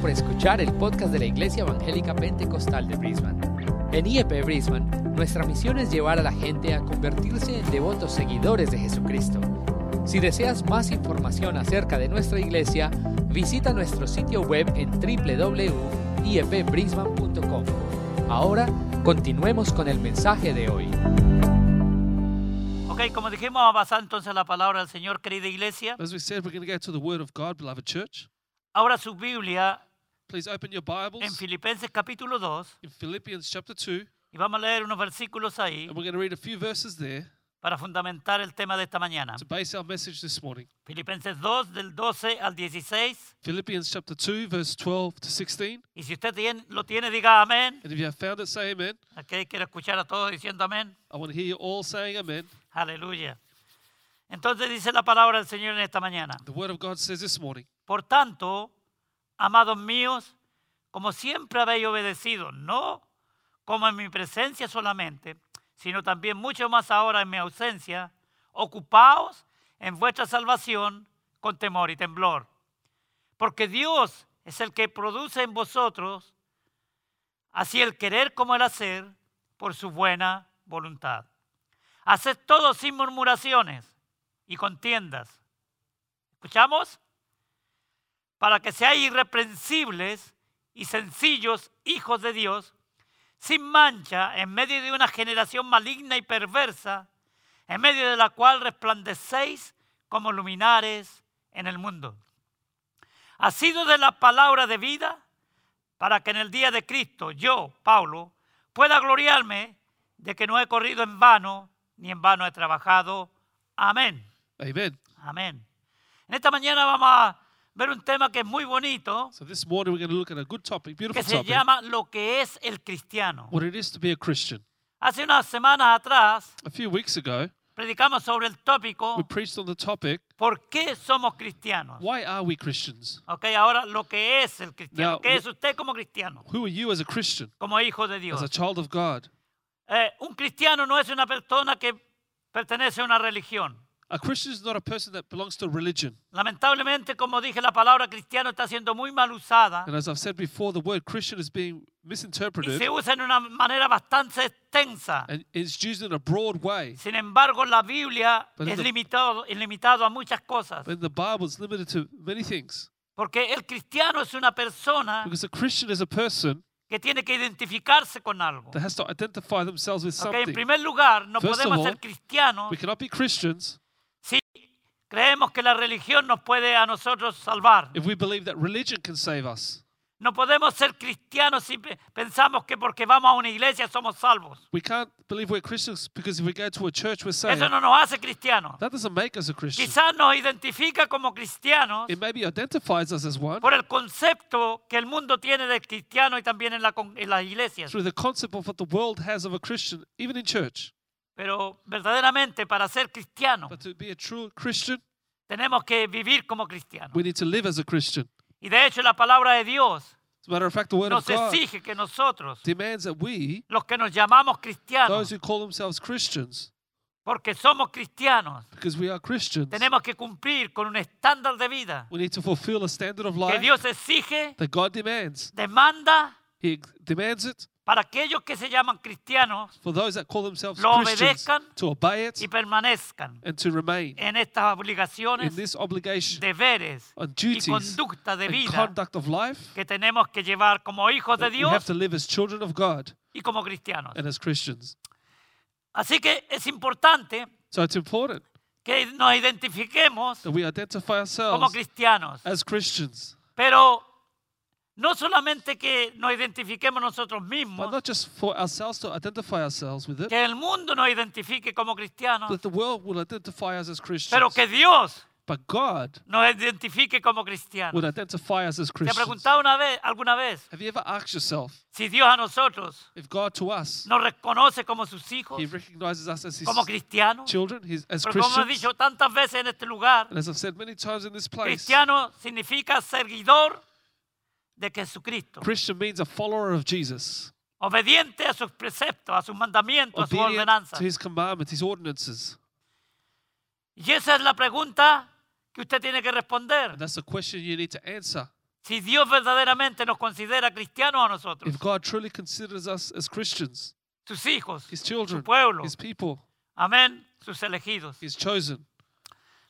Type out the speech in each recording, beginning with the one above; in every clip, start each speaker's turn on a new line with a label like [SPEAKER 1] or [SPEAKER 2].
[SPEAKER 1] por escuchar el podcast de la Iglesia Evangélica Pentecostal de Brisbane. En IEP Brisbane, nuestra misión es llevar a la gente a convertirse en devotos seguidores de Jesucristo. Si deseas más información acerca de nuestra iglesia, visita nuestro sitio web en E www.iepbrisbane.com. Ahora, continuemos con el mensaje de hoy.
[SPEAKER 2] Ok, como dijimos, vamos a pasar entonces a la palabra del Señor, querida iglesia.
[SPEAKER 3] As we said, we're going to go to the Word of God, beloved church.
[SPEAKER 2] Ahora su Biblia
[SPEAKER 3] Please open your
[SPEAKER 2] en
[SPEAKER 3] Bibles
[SPEAKER 2] Filipenses capítulo 2
[SPEAKER 3] in Philippians chapter 2,
[SPEAKER 2] y vamos a leer unos versículos ahí
[SPEAKER 3] and we're going to read a few verses there
[SPEAKER 2] para fundamentar el tema de esta mañana.
[SPEAKER 3] to base our message this morning.
[SPEAKER 2] Filipenses 2 del 12 al 16.
[SPEAKER 3] Philippians chapter 2, verse 12 to 16.
[SPEAKER 2] Y si usted tiene- lo tiene, diga amén.
[SPEAKER 3] And if you have found it, say amen.
[SPEAKER 2] Ok, quiero escuchar a todos diciendo amén.
[SPEAKER 3] I want to hear you all saying amen.
[SPEAKER 2] Aleluya. Entonces dice la palabra del Señor en esta mañana.
[SPEAKER 3] The Word of God says this morning,
[SPEAKER 2] Por tanto, amados míos, como siempre habéis obedecido, no como en mi presencia solamente, sino también mucho más ahora en mi ausencia, ocupaos en vuestra salvación con temor y temblor. Porque Dios es el que produce en vosotros así el querer como el hacer por su buena voluntad. Haced todo sin murmuraciones y contiendas. ¿Escuchamos? para que seáis irreprensibles y sencillos hijos de Dios, sin mancha, en medio de una generación maligna y perversa, en medio de la cual resplandecéis como luminares en el mundo. Asido de la palabra de vida, para que en el día de Cristo yo, Pablo, pueda gloriarme de que no he corrido en vano, ni en vano he trabajado. Amén.
[SPEAKER 3] Amen.
[SPEAKER 2] Amén. En esta mañana vamos a ver un tema que es muy bonito,
[SPEAKER 3] So this morning we're going to look at a good topic,
[SPEAKER 2] que
[SPEAKER 3] beautiful
[SPEAKER 2] se
[SPEAKER 3] topic,
[SPEAKER 2] llama lo que es el cristiano.
[SPEAKER 3] what it is to be a Christian.
[SPEAKER 2] Hace unas semanas atrás
[SPEAKER 3] A few weeks ago,
[SPEAKER 2] predicamos sobre el tópico
[SPEAKER 3] we preached on the topic,
[SPEAKER 2] ¿por qué somos cristianos?
[SPEAKER 3] why are we Christians?
[SPEAKER 2] Ok, ahora lo que es el cristiano.
[SPEAKER 3] Now,
[SPEAKER 2] ¿Qué
[SPEAKER 3] wh-
[SPEAKER 2] es usted como cristiano?
[SPEAKER 3] Who are you as a Christian,
[SPEAKER 2] Como hijo de
[SPEAKER 3] as a
[SPEAKER 2] Dios.
[SPEAKER 3] child of God?
[SPEAKER 2] Eh, un cristiano no es una persona que pertenece a una religión.
[SPEAKER 3] A Christian is not a person that belongs to a religion.
[SPEAKER 2] Lamentablemente, como dije, la palabra cristiano está siendo muy mal usada
[SPEAKER 3] And as I've said before, the word Christian is being
[SPEAKER 2] y
[SPEAKER 3] misinterpreted
[SPEAKER 2] se usa en una manera bastante extensa.
[SPEAKER 3] and is used in a broad way.
[SPEAKER 2] Sin embargo, la Biblia
[SPEAKER 3] Pero
[SPEAKER 2] es
[SPEAKER 3] esto-
[SPEAKER 2] limitado, es limitado a muchas cosas.
[SPEAKER 3] But the Bible is limited to many things.
[SPEAKER 2] Porque el cristiano es una persona
[SPEAKER 3] Because a Christian is a person
[SPEAKER 2] que tiene que identificarse con algo.
[SPEAKER 3] that has to identify themselves with
[SPEAKER 2] Ok, en
[SPEAKER 3] something.
[SPEAKER 2] primer lugar, no
[SPEAKER 3] First of
[SPEAKER 2] podemos ser
[SPEAKER 3] all,
[SPEAKER 2] cristianos
[SPEAKER 3] We cannot be Christians
[SPEAKER 2] si creemos que la religión nos puede a nosotros salvar.
[SPEAKER 3] if we believe that religion can save us.
[SPEAKER 2] No podemos ser cristianos si pe- pensamos que porque vamos a una iglesia somos salvos.
[SPEAKER 3] We can't believe we're Christians because if we go to a church, we're saved.
[SPEAKER 2] Eso no nos hace cristianos.
[SPEAKER 3] That doesn't make us a Christian.
[SPEAKER 2] Quizás nos identifica como cristianos
[SPEAKER 3] It maybe identifies us as one
[SPEAKER 2] por el concepto que el mundo tiene del cristiano y también en, la con- en las iglesias.
[SPEAKER 3] through the concept of what the world has of a Christian, even in church.
[SPEAKER 2] Pero verdaderamente para ser cristiano
[SPEAKER 3] But to be a true Christian,
[SPEAKER 2] tenemos que vivir como cristianos.
[SPEAKER 3] we need to live as a Christian.
[SPEAKER 2] Y de hecho la palabra de Dios
[SPEAKER 3] As a matter of fact, the Word of
[SPEAKER 2] nos
[SPEAKER 3] God
[SPEAKER 2] exige que nosotros,
[SPEAKER 3] demands that we,
[SPEAKER 2] los que nos llamamos
[SPEAKER 3] those
[SPEAKER 2] cristianos,
[SPEAKER 3] who call themselves Christians,
[SPEAKER 2] porque somos cristianos,
[SPEAKER 3] because we are Christians,
[SPEAKER 2] tenemos que cumplir con un estándar de vida
[SPEAKER 3] we need to fulfill a standard of
[SPEAKER 2] que
[SPEAKER 3] life
[SPEAKER 2] Dios exige,
[SPEAKER 3] that God demands.
[SPEAKER 2] demanda
[SPEAKER 3] He ex- demands it
[SPEAKER 2] para aquellos que se llaman cristianos
[SPEAKER 3] for those that call themselves
[SPEAKER 2] Lo
[SPEAKER 3] Christians
[SPEAKER 2] obedezcan
[SPEAKER 3] to obey it
[SPEAKER 2] y permanezcan
[SPEAKER 3] and to remain
[SPEAKER 2] en estas
[SPEAKER 3] in
[SPEAKER 2] obligaciones,
[SPEAKER 3] this obligation
[SPEAKER 2] deberes
[SPEAKER 3] and
[SPEAKER 2] y
[SPEAKER 3] duties
[SPEAKER 2] conducta de
[SPEAKER 3] and
[SPEAKER 2] vida
[SPEAKER 3] conduct of life
[SPEAKER 2] que tenemos que llevar como hijos de
[SPEAKER 3] that we have
[SPEAKER 2] Dios
[SPEAKER 3] to live as children of God
[SPEAKER 2] y como cristianos.
[SPEAKER 3] and as Christians.
[SPEAKER 2] Así que es importante
[SPEAKER 3] So it's important
[SPEAKER 2] que nos identifiquemos
[SPEAKER 3] that we
[SPEAKER 2] como
[SPEAKER 3] identify ourselves
[SPEAKER 2] cristianos.
[SPEAKER 3] as Christians,
[SPEAKER 2] Pero no solamente que nos identifiquemos nosotros
[SPEAKER 3] but
[SPEAKER 2] mismos,
[SPEAKER 3] not just for ourselves to identify ourselves with it,
[SPEAKER 2] que el mundo nos identifique como cristianos,
[SPEAKER 3] but the world will identify us as Christians.
[SPEAKER 2] pero que Dios
[SPEAKER 3] But God
[SPEAKER 2] nos identifique como cristianos.
[SPEAKER 3] would identify us as
[SPEAKER 2] ¿Te ha
[SPEAKER 3] Christians.
[SPEAKER 2] preguntado una vez, alguna vez
[SPEAKER 3] Have you ever asked yourself
[SPEAKER 2] si Dios a nosotros
[SPEAKER 3] if God to us,
[SPEAKER 2] nos reconoce como sus hijos,
[SPEAKER 3] He recognizes us as His
[SPEAKER 2] como cristianos?
[SPEAKER 3] children, his, as
[SPEAKER 2] Porque como he
[SPEAKER 3] Christians?
[SPEAKER 2] dicho tantas veces en este lugar,
[SPEAKER 3] And as I've said many times in this place,
[SPEAKER 2] cristiano significa seguidor de Jesucristo,
[SPEAKER 3] Christian means a follower of Jesus,
[SPEAKER 2] obediente a sus preceptos, a sus mandamientos, a sus
[SPEAKER 3] obedient
[SPEAKER 2] ordenanzas.
[SPEAKER 3] to his commandments, his ordinances.
[SPEAKER 2] Y esa es la pregunta que usted tiene que responder.
[SPEAKER 3] And that's the question you need to answer.
[SPEAKER 2] Si Dios verdaderamente nos considera cristianos a nosotros,
[SPEAKER 3] If God truly considers us as Christians,
[SPEAKER 2] sus hijos,
[SPEAKER 3] His children,
[SPEAKER 2] pueblo.
[SPEAKER 3] His people,
[SPEAKER 2] amén, sus elegidos.
[SPEAKER 3] His chosen,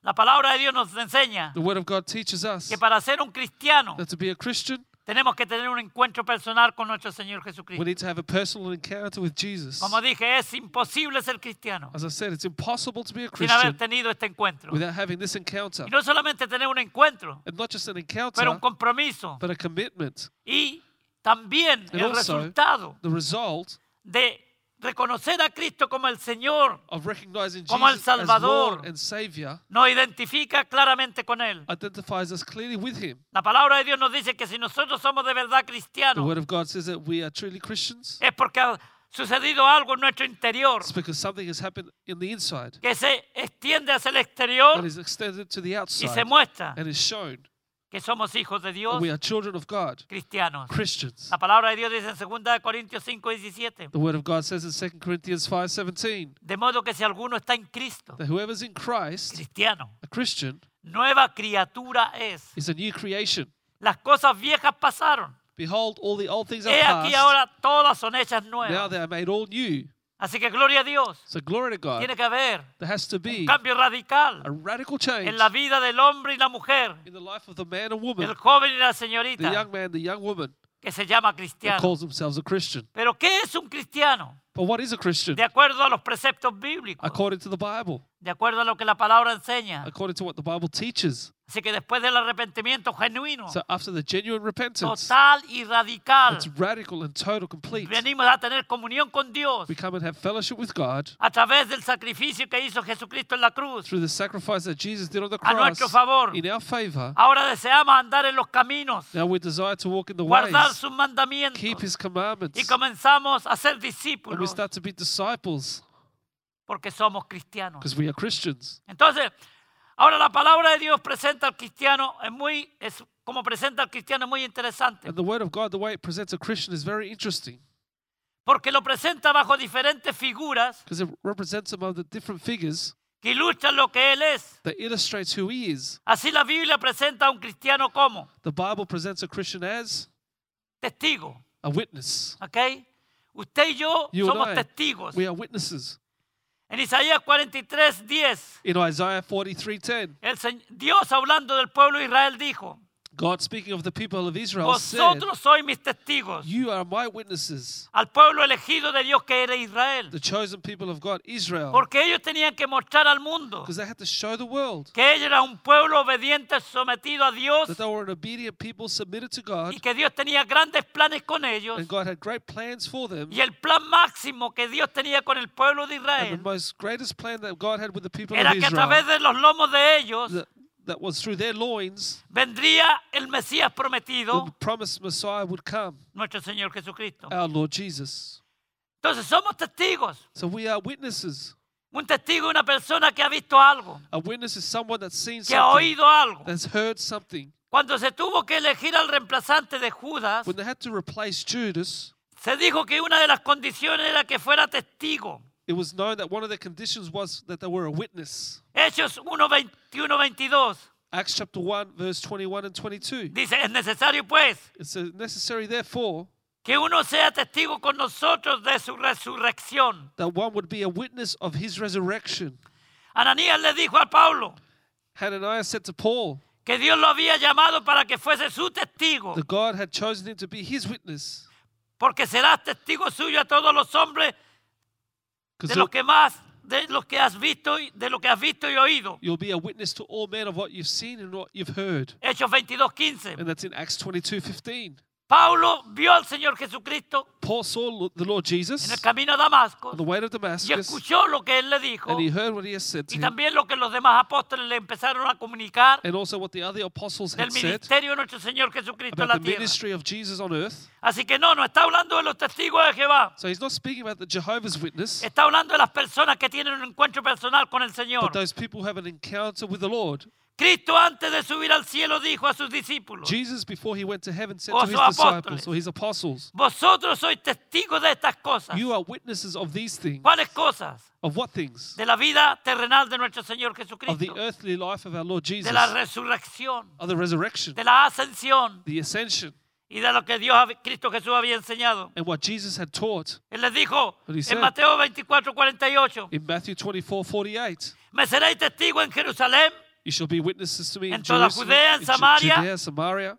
[SPEAKER 2] La palabra de Dios nos enseña
[SPEAKER 3] the Word of God teaches us
[SPEAKER 2] que para ser un cristiano
[SPEAKER 3] that to be a Christian,
[SPEAKER 2] tenemos que tener un encuentro personal con nuestro Señor
[SPEAKER 3] we
[SPEAKER 2] Jesucristo.
[SPEAKER 3] need to have a personal encounter with Jesus.
[SPEAKER 2] Como dije, es imposible ser cristiano
[SPEAKER 3] As I said, it's impossible to be a
[SPEAKER 2] sin haber
[SPEAKER 3] Christian
[SPEAKER 2] tenido este encuentro.
[SPEAKER 3] without having this encounter.
[SPEAKER 2] Y no solamente tener un encuentro,
[SPEAKER 3] And not just an
[SPEAKER 2] pero un
[SPEAKER 3] encounter,
[SPEAKER 2] compromiso
[SPEAKER 3] but a commitment.
[SPEAKER 2] y también
[SPEAKER 3] And
[SPEAKER 2] el
[SPEAKER 3] also-
[SPEAKER 2] resultado
[SPEAKER 3] The result
[SPEAKER 2] de reconocer a Cristo como el Señor
[SPEAKER 3] of recognizing
[SPEAKER 2] Como el
[SPEAKER 3] Jesus as Lord
[SPEAKER 2] Salvador.
[SPEAKER 3] and Savior
[SPEAKER 2] nos identifica claramente con Él.
[SPEAKER 3] identifies us clearly with Him.
[SPEAKER 2] La palabra de Dios nos dice que si nosotros somos de verdad
[SPEAKER 3] The
[SPEAKER 2] cristianos,
[SPEAKER 3] Word of God says that we are truly Christians.
[SPEAKER 2] es porque ha sucedido algo en nuestro interior
[SPEAKER 3] It's because something has happened in the inside
[SPEAKER 2] que se extiende hacia el
[SPEAKER 3] and
[SPEAKER 2] exterior
[SPEAKER 3] is extended to the
[SPEAKER 2] y se
[SPEAKER 3] outside
[SPEAKER 2] muestra
[SPEAKER 3] and is shown
[SPEAKER 2] que somos hijos de
[SPEAKER 3] that
[SPEAKER 2] Dios Ah.
[SPEAKER 3] we are children of God,
[SPEAKER 2] cristianos.
[SPEAKER 3] Christians.
[SPEAKER 2] La palabra de Dios dice en 2 de Corintios 5, 17.
[SPEAKER 3] The Word of God says in 2 Corinthians 5:17
[SPEAKER 2] De modo que si alguno está en Cristo,
[SPEAKER 3] that whoever's in Christ,
[SPEAKER 2] cristiano,
[SPEAKER 3] a Christian,
[SPEAKER 2] nueva criatura es.
[SPEAKER 3] is a new creation.
[SPEAKER 2] Las cosas viejas pasaron.
[SPEAKER 3] Behold, all the old things are
[SPEAKER 2] He aquí
[SPEAKER 3] past.
[SPEAKER 2] ahora todas son hechas
[SPEAKER 3] Now
[SPEAKER 2] nuevas.
[SPEAKER 3] they are made all new.
[SPEAKER 2] Así que gloria a Dios.
[SPEAKER 3] So glory to
[SPEAKER 2] Tiene
[SPEAKER 3] God.
[SPEAKER 2] que haber
[SPEAKER 3] There has to
[SPEAKER 2] un
[SPEAKER 3] be
[SPEAKER 2] cambio
[SPEAKER 3] a
[SPEAKER 2] radical
[SPEAKER 3] radical change
[SPEAKER 2] en la vida del hombre y la mujer,
[SPEAKER 3] in the life of the man and woman,
[SPEAKER 2] del joven y la
[SPEAKER 3] the
[SPEAKER 2] señorita,
[SPEAKER 3] young man, the young woman,
[SPEAKER 2] que se llama
[SPEAKER 3] that
[SPEAKER 2] cristiano.
[SPEAKER 3] calls themselves a Christian.
[SPEAKER 2] Pero ¿qué es un cristiano?
[SPEAKER 3] But what is a Christian?
[SPEAKER 2] De acuerdo a los preceptos bíblicos,
[SPEAKER 3] According to the Bible,
[SPEAKER 2] de acuerdo a lo que la palabra enseña.
[SPEAKER 3] according to what the Bible teaches.
[SPEAKER 2] Así que después del arrepentimiento genuino,
[SPEAKER 3] So after the genuine repentance,
[SPEAKER 2] total y radical,
[SPEAKER 3] it's radical and total, complete.
[SPEAKER 2] venimos a tener comunión con Dios
[SPEAKER 3] We come and have fellowship with God
[SPEAKER 2] a través del sacrificio que hizo Jesucristo en la cruz.
[SPEAKER 3] through the sacrifice that Jesus did on the
[SPEAKER 2] A nuestro
[SPEAKER 3] cross
[SPEAKER 2] favor. Ah.
[SPEAKER 3] in our favor.
[SPEAKER 2] Ahora deseamos andar en los caminos,
[SPEAKER 3] Now we desire to walk in the
[SPEAKER 2] guardar
[SPEAKER 3] ways,
[SPEAKER 2] sus
[SPEAKER 3] keep
[SPEAKER 2] mandamientos
[SPEAKER 3] His commandments,
[SPEAKER 2] y comenzamos a ser
[SPEAKER 3] and we
[SPEAKER 2] discípulos
[SPEAKER 3] start to be disciples
[SPEAKER 2] porque somos cristianos.
[SPEAKER 3] because we are Christians.
[SPEAKER 2] Entonces, ahora la palabra de Dios presenta al cristiano es muy es como presenta al cristiano es muy interesante,
[SPEAKER 3] And the Word of God, the way it presents a Christian, is very interesting
[SPEAKER 2] porque lo presenta bajo diferentes figuras
[SPEAKER 3] because it represents among the different figures
[SPEAKER 2] que ilustran lo que él es.
[SPEAKER 3] that illustrates who He is.
[SPEAKER 2] Así la Biblia presenta a un cristiano como
[SPEAKER 3] The Bible presents a Christian as
[SPEAKER 2] testigo,
[SPEAKER 3] a witness.
[SPEAKER 2] ¿ok? Usted y yo
[SPEAKER 3] You
[SPEAKER 2] somos
[SPEAKER 3] and I,
[SPEAKER 2] testigos.
[SPEAKER 3] we are witnesses.
[SPEAKER 2] En Isaías 43, 10,
[SPEAKER 3] In Isaiah 43:10,
[SPEAKER 2] el Señ- Dios hablando del pueblo de Israel dijo,
[SPEAKER 3] God speaking of the people of
[SPEAKER 2] Oh,
[SPEAKER 3] Israel said,
[SPEAKER 2] vosotros sois mis testigos,
[SPEAKER 3] "You are my witnesses,
[SPEAKER 2] al pueblo elegido de Dios que era Israel,
[SPEAKER 3] the chosen people of God, Israel."
[SPEAKER 2] porque ellos tenían que mostrar al mundo
[SPEAKER 3] Because they had to show the world
[SPEAKER 2] que ellos eran un pueblo obediente, sometido a Dios
[SPEAKER 3] that they were an obedient people submitted to God,
[SPEAKER 2] y que Dios tenía grandes planes con ellos.
[SPEAKER 3] and God had great plans for them.
[SPEAKER 2] Y el plan máximo que Dios tenía con el pueblo de
[SPEAKER 3] And the
[SPEAKER 2] Israel
[SPEAKER 3] most greatest plan that God had with the people
[SPEAKER 2] era
[SPEAKER 3] of
[SPEAKER 2] que a través
[SPEAKER 3] Israel,
[SPEAKER 2] de los lomos de ellos
[SPEAKER 3] that, that was through their loins,
[SPEAKER 2] vendría el Mesías
[SPEAKER 3] the
[SPEAKER 2] prometido,
[SPEAKER 3] promised Messiah would come,
[SPEAKER 2] nuestro Señor Jesucristo.
[SPEAKER 3] our Lord Jesus.
[SPEAKER 2] Entonces somos testigos.
[SPEAKER 3] So we are witnesses.
[SPEAKER 2] Un testigo es una persona que ha visto algo,
[SPEAKER 3] A witness is someone that's seen
[SPEAKER 2] que ha
[SPEAKER 3] something,
[SPEAKER 2] oído algo.
[SPEAKER 3] that's heard something.
[SPEAKER 2] Cuando se tuvo que elegir al reemplazante de Judas,
[SPEAKER 3] When they had to replace Judas,
[SPEAKER 2] se dijo que una de las condiciones era que fuera testigo.
[SPEAKER 3] it was known that one of the conditions was that they were a witness.
[SPEAKER 2] Hechos 1, 21, 22.
[SPEAKER 3] Acts chapter 1, verse 21 and 22.
[SPEAKER 2] Dice, es necesario pues
[SPEAKER 3] It's uh, necessary, therefore,
[SPEAKER 2] que uno sea testigo con nosotros de su resurrección.
[SPEAKER 3] that one would be a witness of his resurrection.
[SPEAKER 2] Ananías le dijo a Pablo
[SPEAKER 3] Hananiah said to Paul
[SPEAKER 2] que Dios lo había llamado para que fuese su testigo,
[SPEAKER 3] that God had chosen him to be his witness.
[SPEAKER 2] porque serás testigo suyo a todos los hombres de
[SPEAKER 3] Because
[SPEAKER 2] Pues lo que más, de lo que has visto y de lo que has visto y oído.
[SPEAKER 3] you'll be a witness to all men of what you've seen and what you've heard.
[SPEAKER 2] Hechos 22, 15.
[SPEAKER 3] And that's in Acts 22, 15.
[SPEAKER 2] Pablo vio al Señor Jesucristo
[SPEAKER 3] Paul saw lo- the Lord
[SPEAKER 2] en el
[SPEAKER 3] Jesus
[SPEAKER 2] camino a Damasco
[SPEAKER 3] on the way to
[SPEAKER 2] y
[SPEAKER 3] Damascus,
[SPEAKER 2] escuchó lo que él le dijo
[SPEAKER 3] and he heard what he had said to
[SPEAKER 2] y
[SPEAKER 3] him,
[SPEAKER 2] también lo que los demás apóstoles le empezaron a comunicar
[SPEAKER 3] and also what the other apostles
[SPEAKER 2] del
[SPEAKER 3] had said
[SPEAKER 2] ministerio de nuestro Señor Jesucristo en
[SPEAKER 3] about
[SPEAKER 2] la
[SPEAKER 3] the
[SPEAKER 2] tierra.
[SPEAKER 3] ministry of Jesus on earth.
[SPEAKER 2] Así que no, no está hablando de los testigos de Jehová.
[SPEAKER 3] So he's not speaking about the Jehovah's Witness,
[SPEAKER 2] Está hablando de las personas que tienen un encuentro personal con el Señor.
[SPEAKER 3] but those people who have an encounter with the Lord.
[SPEAKER 2] Cristo antes de subir al cielo dijo a sus discípulos,
[SPEAKER 3] Jesus, before he went to heaven, said
[SPEAKER 2] O
[SPEAKER 3] to his
[SPEAKER 2] sus
[SPEAKER 3] disciples
[SPEAKER 2] Oh, apóstoles.
[SPEAKER 3] or his apostles,
[SPEAKER 2] vosotros sois testigos de estas cosas.
[SPEAKER 3] You are witnesses of these things.
[SPEAKER 2] ¿Cuáles cosas?
[SPEAKER 3] Of what things?
[SPEAKER 2] De la vida terrenal de nuestro Señor
[SPEAKER 3] Of the
[SPEAKER 2] Jesucristo,
[SPEAKER 3] earthly life of our Lord Jesus,
[SPEAKER 2] de la resurrección,
[SPEAKER 3] of the resurrection,
[SPEAKER 2] de la ascensión
[SPEAKER 3] the ascension,
[SPEAKER 2] y de lo que Dios, hab- Cristo Jesús había enseñado.
[SPEAKER 3] and what Jesus had taught
[SPEAKER 2] Él les dijo
[SPEAKER 3] But he said-
[SPEAKER 2] en Mateo 24, 48,
[SPEAKER 3] in Matthew 24 48.
[SPEAKER 2] me seréis testigo en Jerusalén
[SPEAKER 3] You shall be witnesses to me in
[SPEAKER 2] En toda
[SPEAKER 3] Jerusalem,
[SPEAKER 2] Judea, en
[SPEAKER 3] in Ju-
[SPEAKER 2] Samaria.
[SPEAKER 3] Judea, Samaria,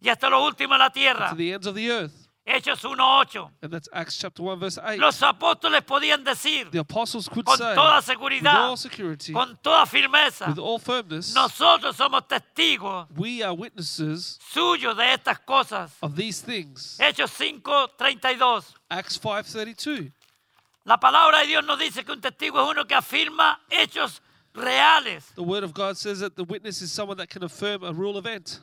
[SPEAKER 2] y hasta lo último de la
[SPEAKER 3] to
[SPEAKER 2] tierra.
[SPEAKER 3] the ends of the earth.
[SPEAKER 2] Hechos 1.8.
[SPEAKER 3] And that's Acts chapter 1, verse 8.
[SPEAKER 2] Los apóstoles podían decir
[SPEAKER 3] the apostles could
[SPEAKER 2] con
[SPEAKER 3] say,
[SPEAKER 2] toda
[SPEAKER 3] with
[SPEAKER 2] seguridad,
[SPEAKER 3] all security,
[SPEAKER 2] con toda firmeza,
[SPEAKER 3] with all firmness,
[SPEAKER 2] nosotros somos testigos
[SPEAKER 3] we are witnesses
[SPEAKER 2] suyos de estas cosas.
[SPEAKER 3] of these things.
[SPEAKER 2] Hechos 5.32.
[SPEAKER 3] Acts 5.32.
[SPEAKER 2] La palabra de Dios nos dice que un testigo es uno que afirma hechos reales,
[SPEAKER 3] The word of God says that the witness is someone that can affirm a real event,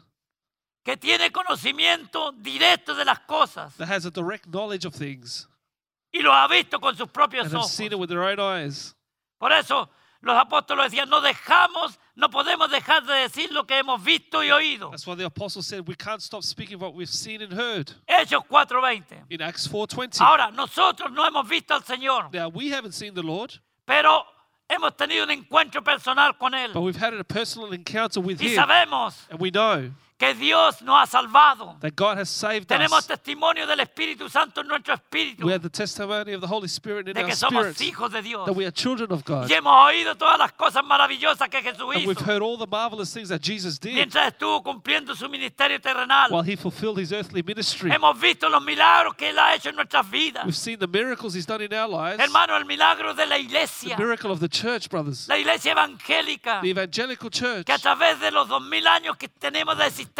[SPEAKER 2] que tiene conocimiento directo de las cosas
[SPEAKER 3] that has a direct knowledge of things,
[SPEAKER 2] y los ha visto con sus propios
[SPEAKER 3] and has
[SPEAKER 2] ojos.
[SPEAKER 3] seen it with their own eyes.
[SPEAKER 2] Por eso los apóstoles decían, no dejamos, no podemos dejar de decir lo que hemos visto y oído.
[SPEAKER 3] That's why the apostles said, we can't stop speaking what we've seen and heard.
[SPEAKER 2] Hechos 4:20.
[SPEAKER 3] In Acts 4.20.
[SPEAKER 2] Ahora, nosotros no hemos visto al Señor,
[SPEAKER 3] now, we haven't seen the Lord,
[SPEAKER 2] pero hemos tenido un encuentro personal con Él
[SPEAKER 3] but we've had a personal encounter with
[SPEAKER 2] y
[SPEAKER 3] Him.
[SPEAKER 2] sabemos
[SPEAKER 3] And we know
[SPEAKER 2] que Dios nos ha salvado.
[SPEAKER 3] that God has saved
[SPEAKER 2] Tenemos
[SPEAKER 3] us.
[SPEAKER 2] testimonio del Espíritu Santo en nuestro espíritu
[SPEAKER 3] We have
[SPEAKER 2] de
[SPEAKER 3] the testimony of the Holy Spirit in our
[SPEAKER 2] que somos
[SPEAKER 3] spirit,
[SPEAKER 2] hijos de Dios
[SPEAKER 3] that we are children of God.
[SPEAKER 2] y hemos oído todas las cosas maravillosas que Jesús
[SPEAKER 3] And we've
[SPEAKER 2] hizo
[SPEAKER 3] heard all the marvelous things that Jesus did
[SPEAKER 2] mientras estuvo cumpliendo su ministerio terrenal.
[SPEAKER 3] while He fulfilled His earthly ministry.
[SPEAKER 2] Hemos visto los milagros que Él ha hecho en nuestras vidas.
[SPEAKER 3] We've seen the miracles He's done in our lives.
[SPEAKER 2] Hermano, el milagro de la
[SPEAKER 3] The
[SPEAKER 2] iglesia,
[SPEAKER 3] miracle of the church, brothers.
[SPEAKER 2] la iglesia evangélica,
[SPEAKER 3] The evangelical church
[SPEAKER 2] que a través de los 2000 años que tenemos de existencia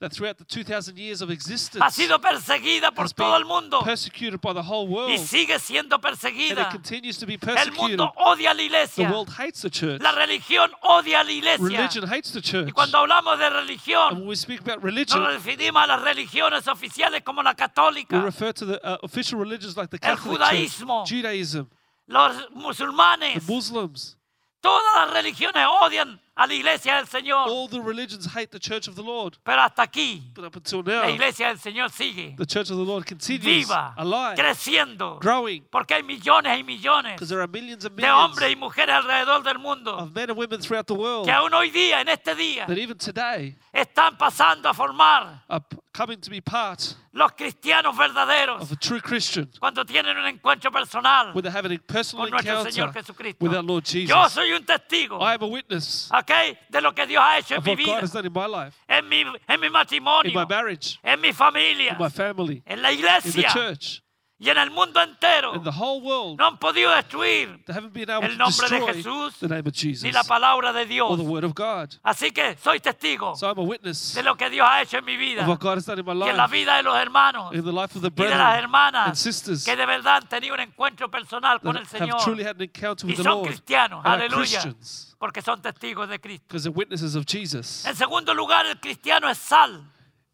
[SPEAKER 3] that throughout the 2,000 years of
[SPEAKER 2] ha
[SPEAKER 3] existence
[SPEAKER 2] sido perseguida por
[SPEAKER 3] has
[SPEAKER 2] todo el
[SPEAKER 3] been
[SPEAKER 2] mundo
[SPEAKER 3] persecuted by the whole
[SPEAKER 2] y
[SPEAKER 3] world.
[SPEAKER 2] sigue siendo
[SPEAKER 3] And it
[SPEAKER 2] perseguida.
[SPEAKER 3] continues to be
[SPEAKER 2] El
[SPEAKER 3] persecuted.
[SPEAKER 2] mundo odia a la
[SPEAKER 3] The
[SPEAKER 2] iglesia.
[SPEAKER 3] world hates the church.
[SPEAKER 2] La religión odia a la iglesia.
[SPEAKER 3] Religion hates the church.
[SPEAKER 2] Y cuando hablamos de
[SPEAKER 3] And
[SPEAKER 2] religión,
[SPEAKER 3] when we speak about
[SPEAKER 2] nos
[SPEAKER 3] religion,
[SPEAKER 2] referimos a las religiones oficiales como la
[SPEAKER 3] we
[SPEAKER 2] católica,
[SPEAKER 3] refer to the uh, official religions like the
[SPEAKER 2] El
[SPEAKER 3] Catholic Church,
[SPEAKER 2] judaísmo.
[SPEAKER 3] Judaism,
[SPEAKER 2] los
[SPEAKER 3] the
[SPEAKER 2] musulmanes.
[SPEAKER 3] Muslims.
[SPEAKER 2] Todas las religiones odian a la iglesia del Señor.
[SPEAKER 3] All the religions hate the church of the Lord.
[SPEAKER 2] Pero hasta aquí,
[SPEAKER 3] But up until
[SPEAKER 2] la
[SPEAKER 3] now,
[SPEAKER 2] iglesia del Señor sigue
[SPEAKER 3] the church of the Lord continues
[SPEAKER 2] viva,
[SPEAKER 3] alive,
[SPEAKER 2] creciendo,
[SPEAKER 3] growing,
[SPEAKER 2] porque hay millones y millones
[SPEAKER 3] because there are millions and
[SPEAKER 2] de hombres
[SPEAKER 3] millions
[SPEAKER 2] y mujeres alrededor del mundo
[SPEAKER 3] of men and women throughout the world
[SPEAKER 2] que aún hoy día, en este día,
[SPEAKER 3] that even today
[SPEAKER 2] están pasando a formar
[SPEAKER 3] are p- coming to be part
[SPEAKER 2] los cristianos verdaderos
[SPEAKER 3] of a true Christian
[SPEAKER 2] cuando tienen un encuentro personal
[SPEAKER 3] when they're having a personal
[SPEAKER 2] con nuestro Señor
[SPEAKER 3] encounter
[SPEAKER 2] Jesucristo.
[SPEAKER 3] with our Lord
[SPEAKER 2] Yo
[SPEAKER 3] Jesus.
[SPEAKER 2] soy Ah, un testigo,
[SPEAKER 3] I am a witness
[SPEAKER 2] ¿ok? De lo que Dios ha hecho en
[SPEAKER 3] of
[SPEAKER 2] mi
[SPEAKER 3] what
[SPEAKER 2] vida,
[SPEAKER 3] God has done in my life,
[SPEAKER 2] en mi, en mi
[SPEAKER 3] in my
[SPEAKER 2] matrimonio,
[SPEAKER 3] marriage,
[SPEAKER 2] en mi familia,
[SPEAKER 3] in my family,
[SPEAKER 2] en la
[SPEAKER 3] in the
[SPEAKER 2] iglesia
[SPEAKER 3] church,
[SPEAKER 2] y en el mundo entero.
[SPEAKER 3] in the whole world.
[SPEAKER 2] No han podido destruir
[SPEAKER 3] They haven't been able
[SPEAKER 2] El
[SPEAKER 3] to
[SPEAKER 2] nombre de
[SPEAKER 3] destroy
[SPEAKER 2] Jesús,
[SPEAKER 3] the name of
[SPEAKER 2] ni
[SPEAKER 3] Jesus
[SPEAKER 2] la palabra de Dios.
[SPEAKER 3] or the word of God.
[SPEAKER 2] Así que soy testigo
[SPEAKER 3] So I'm a witness
[SPEAKER 2] de lo que Dios ha hecho en mi vida
[SPEAKER 3] of what God has done in my
[SPEAKER 2] y en la
[SPEAKER 3] life,
[SPEAKER 2] vida de los hermanos
[SPEAKER 3] in the life of the
[SPEAKER 2] y de las
[SPEAKER 3] brethren and
[SPEAKER 2] hermanas
[SPEAKER 3] sisters
[SPEAKER 2] que de verdad han tenido un encuentro personal con el
[SPEAKER 3] that have truly
[SPEAKER 2] Señor
[SPEAKER 3] had an encounter
[SPEAKER 2] y
[SPEAKER 3] with the
[SPEAKER 2] son
[SPEAKER 3] Lord
[SPEAKER 2] cristianos,
[SPEAKER 3] and are
[SPEAKER 2] aleluya,
[SPEAKER 3] Christians
[SPEAKER 2] porque son testigos de Cristo.
[SPEAKER 3] because they're witnesses of Jesus.
[SPEAKER 2] En segundo lugar, el cristiano es sal,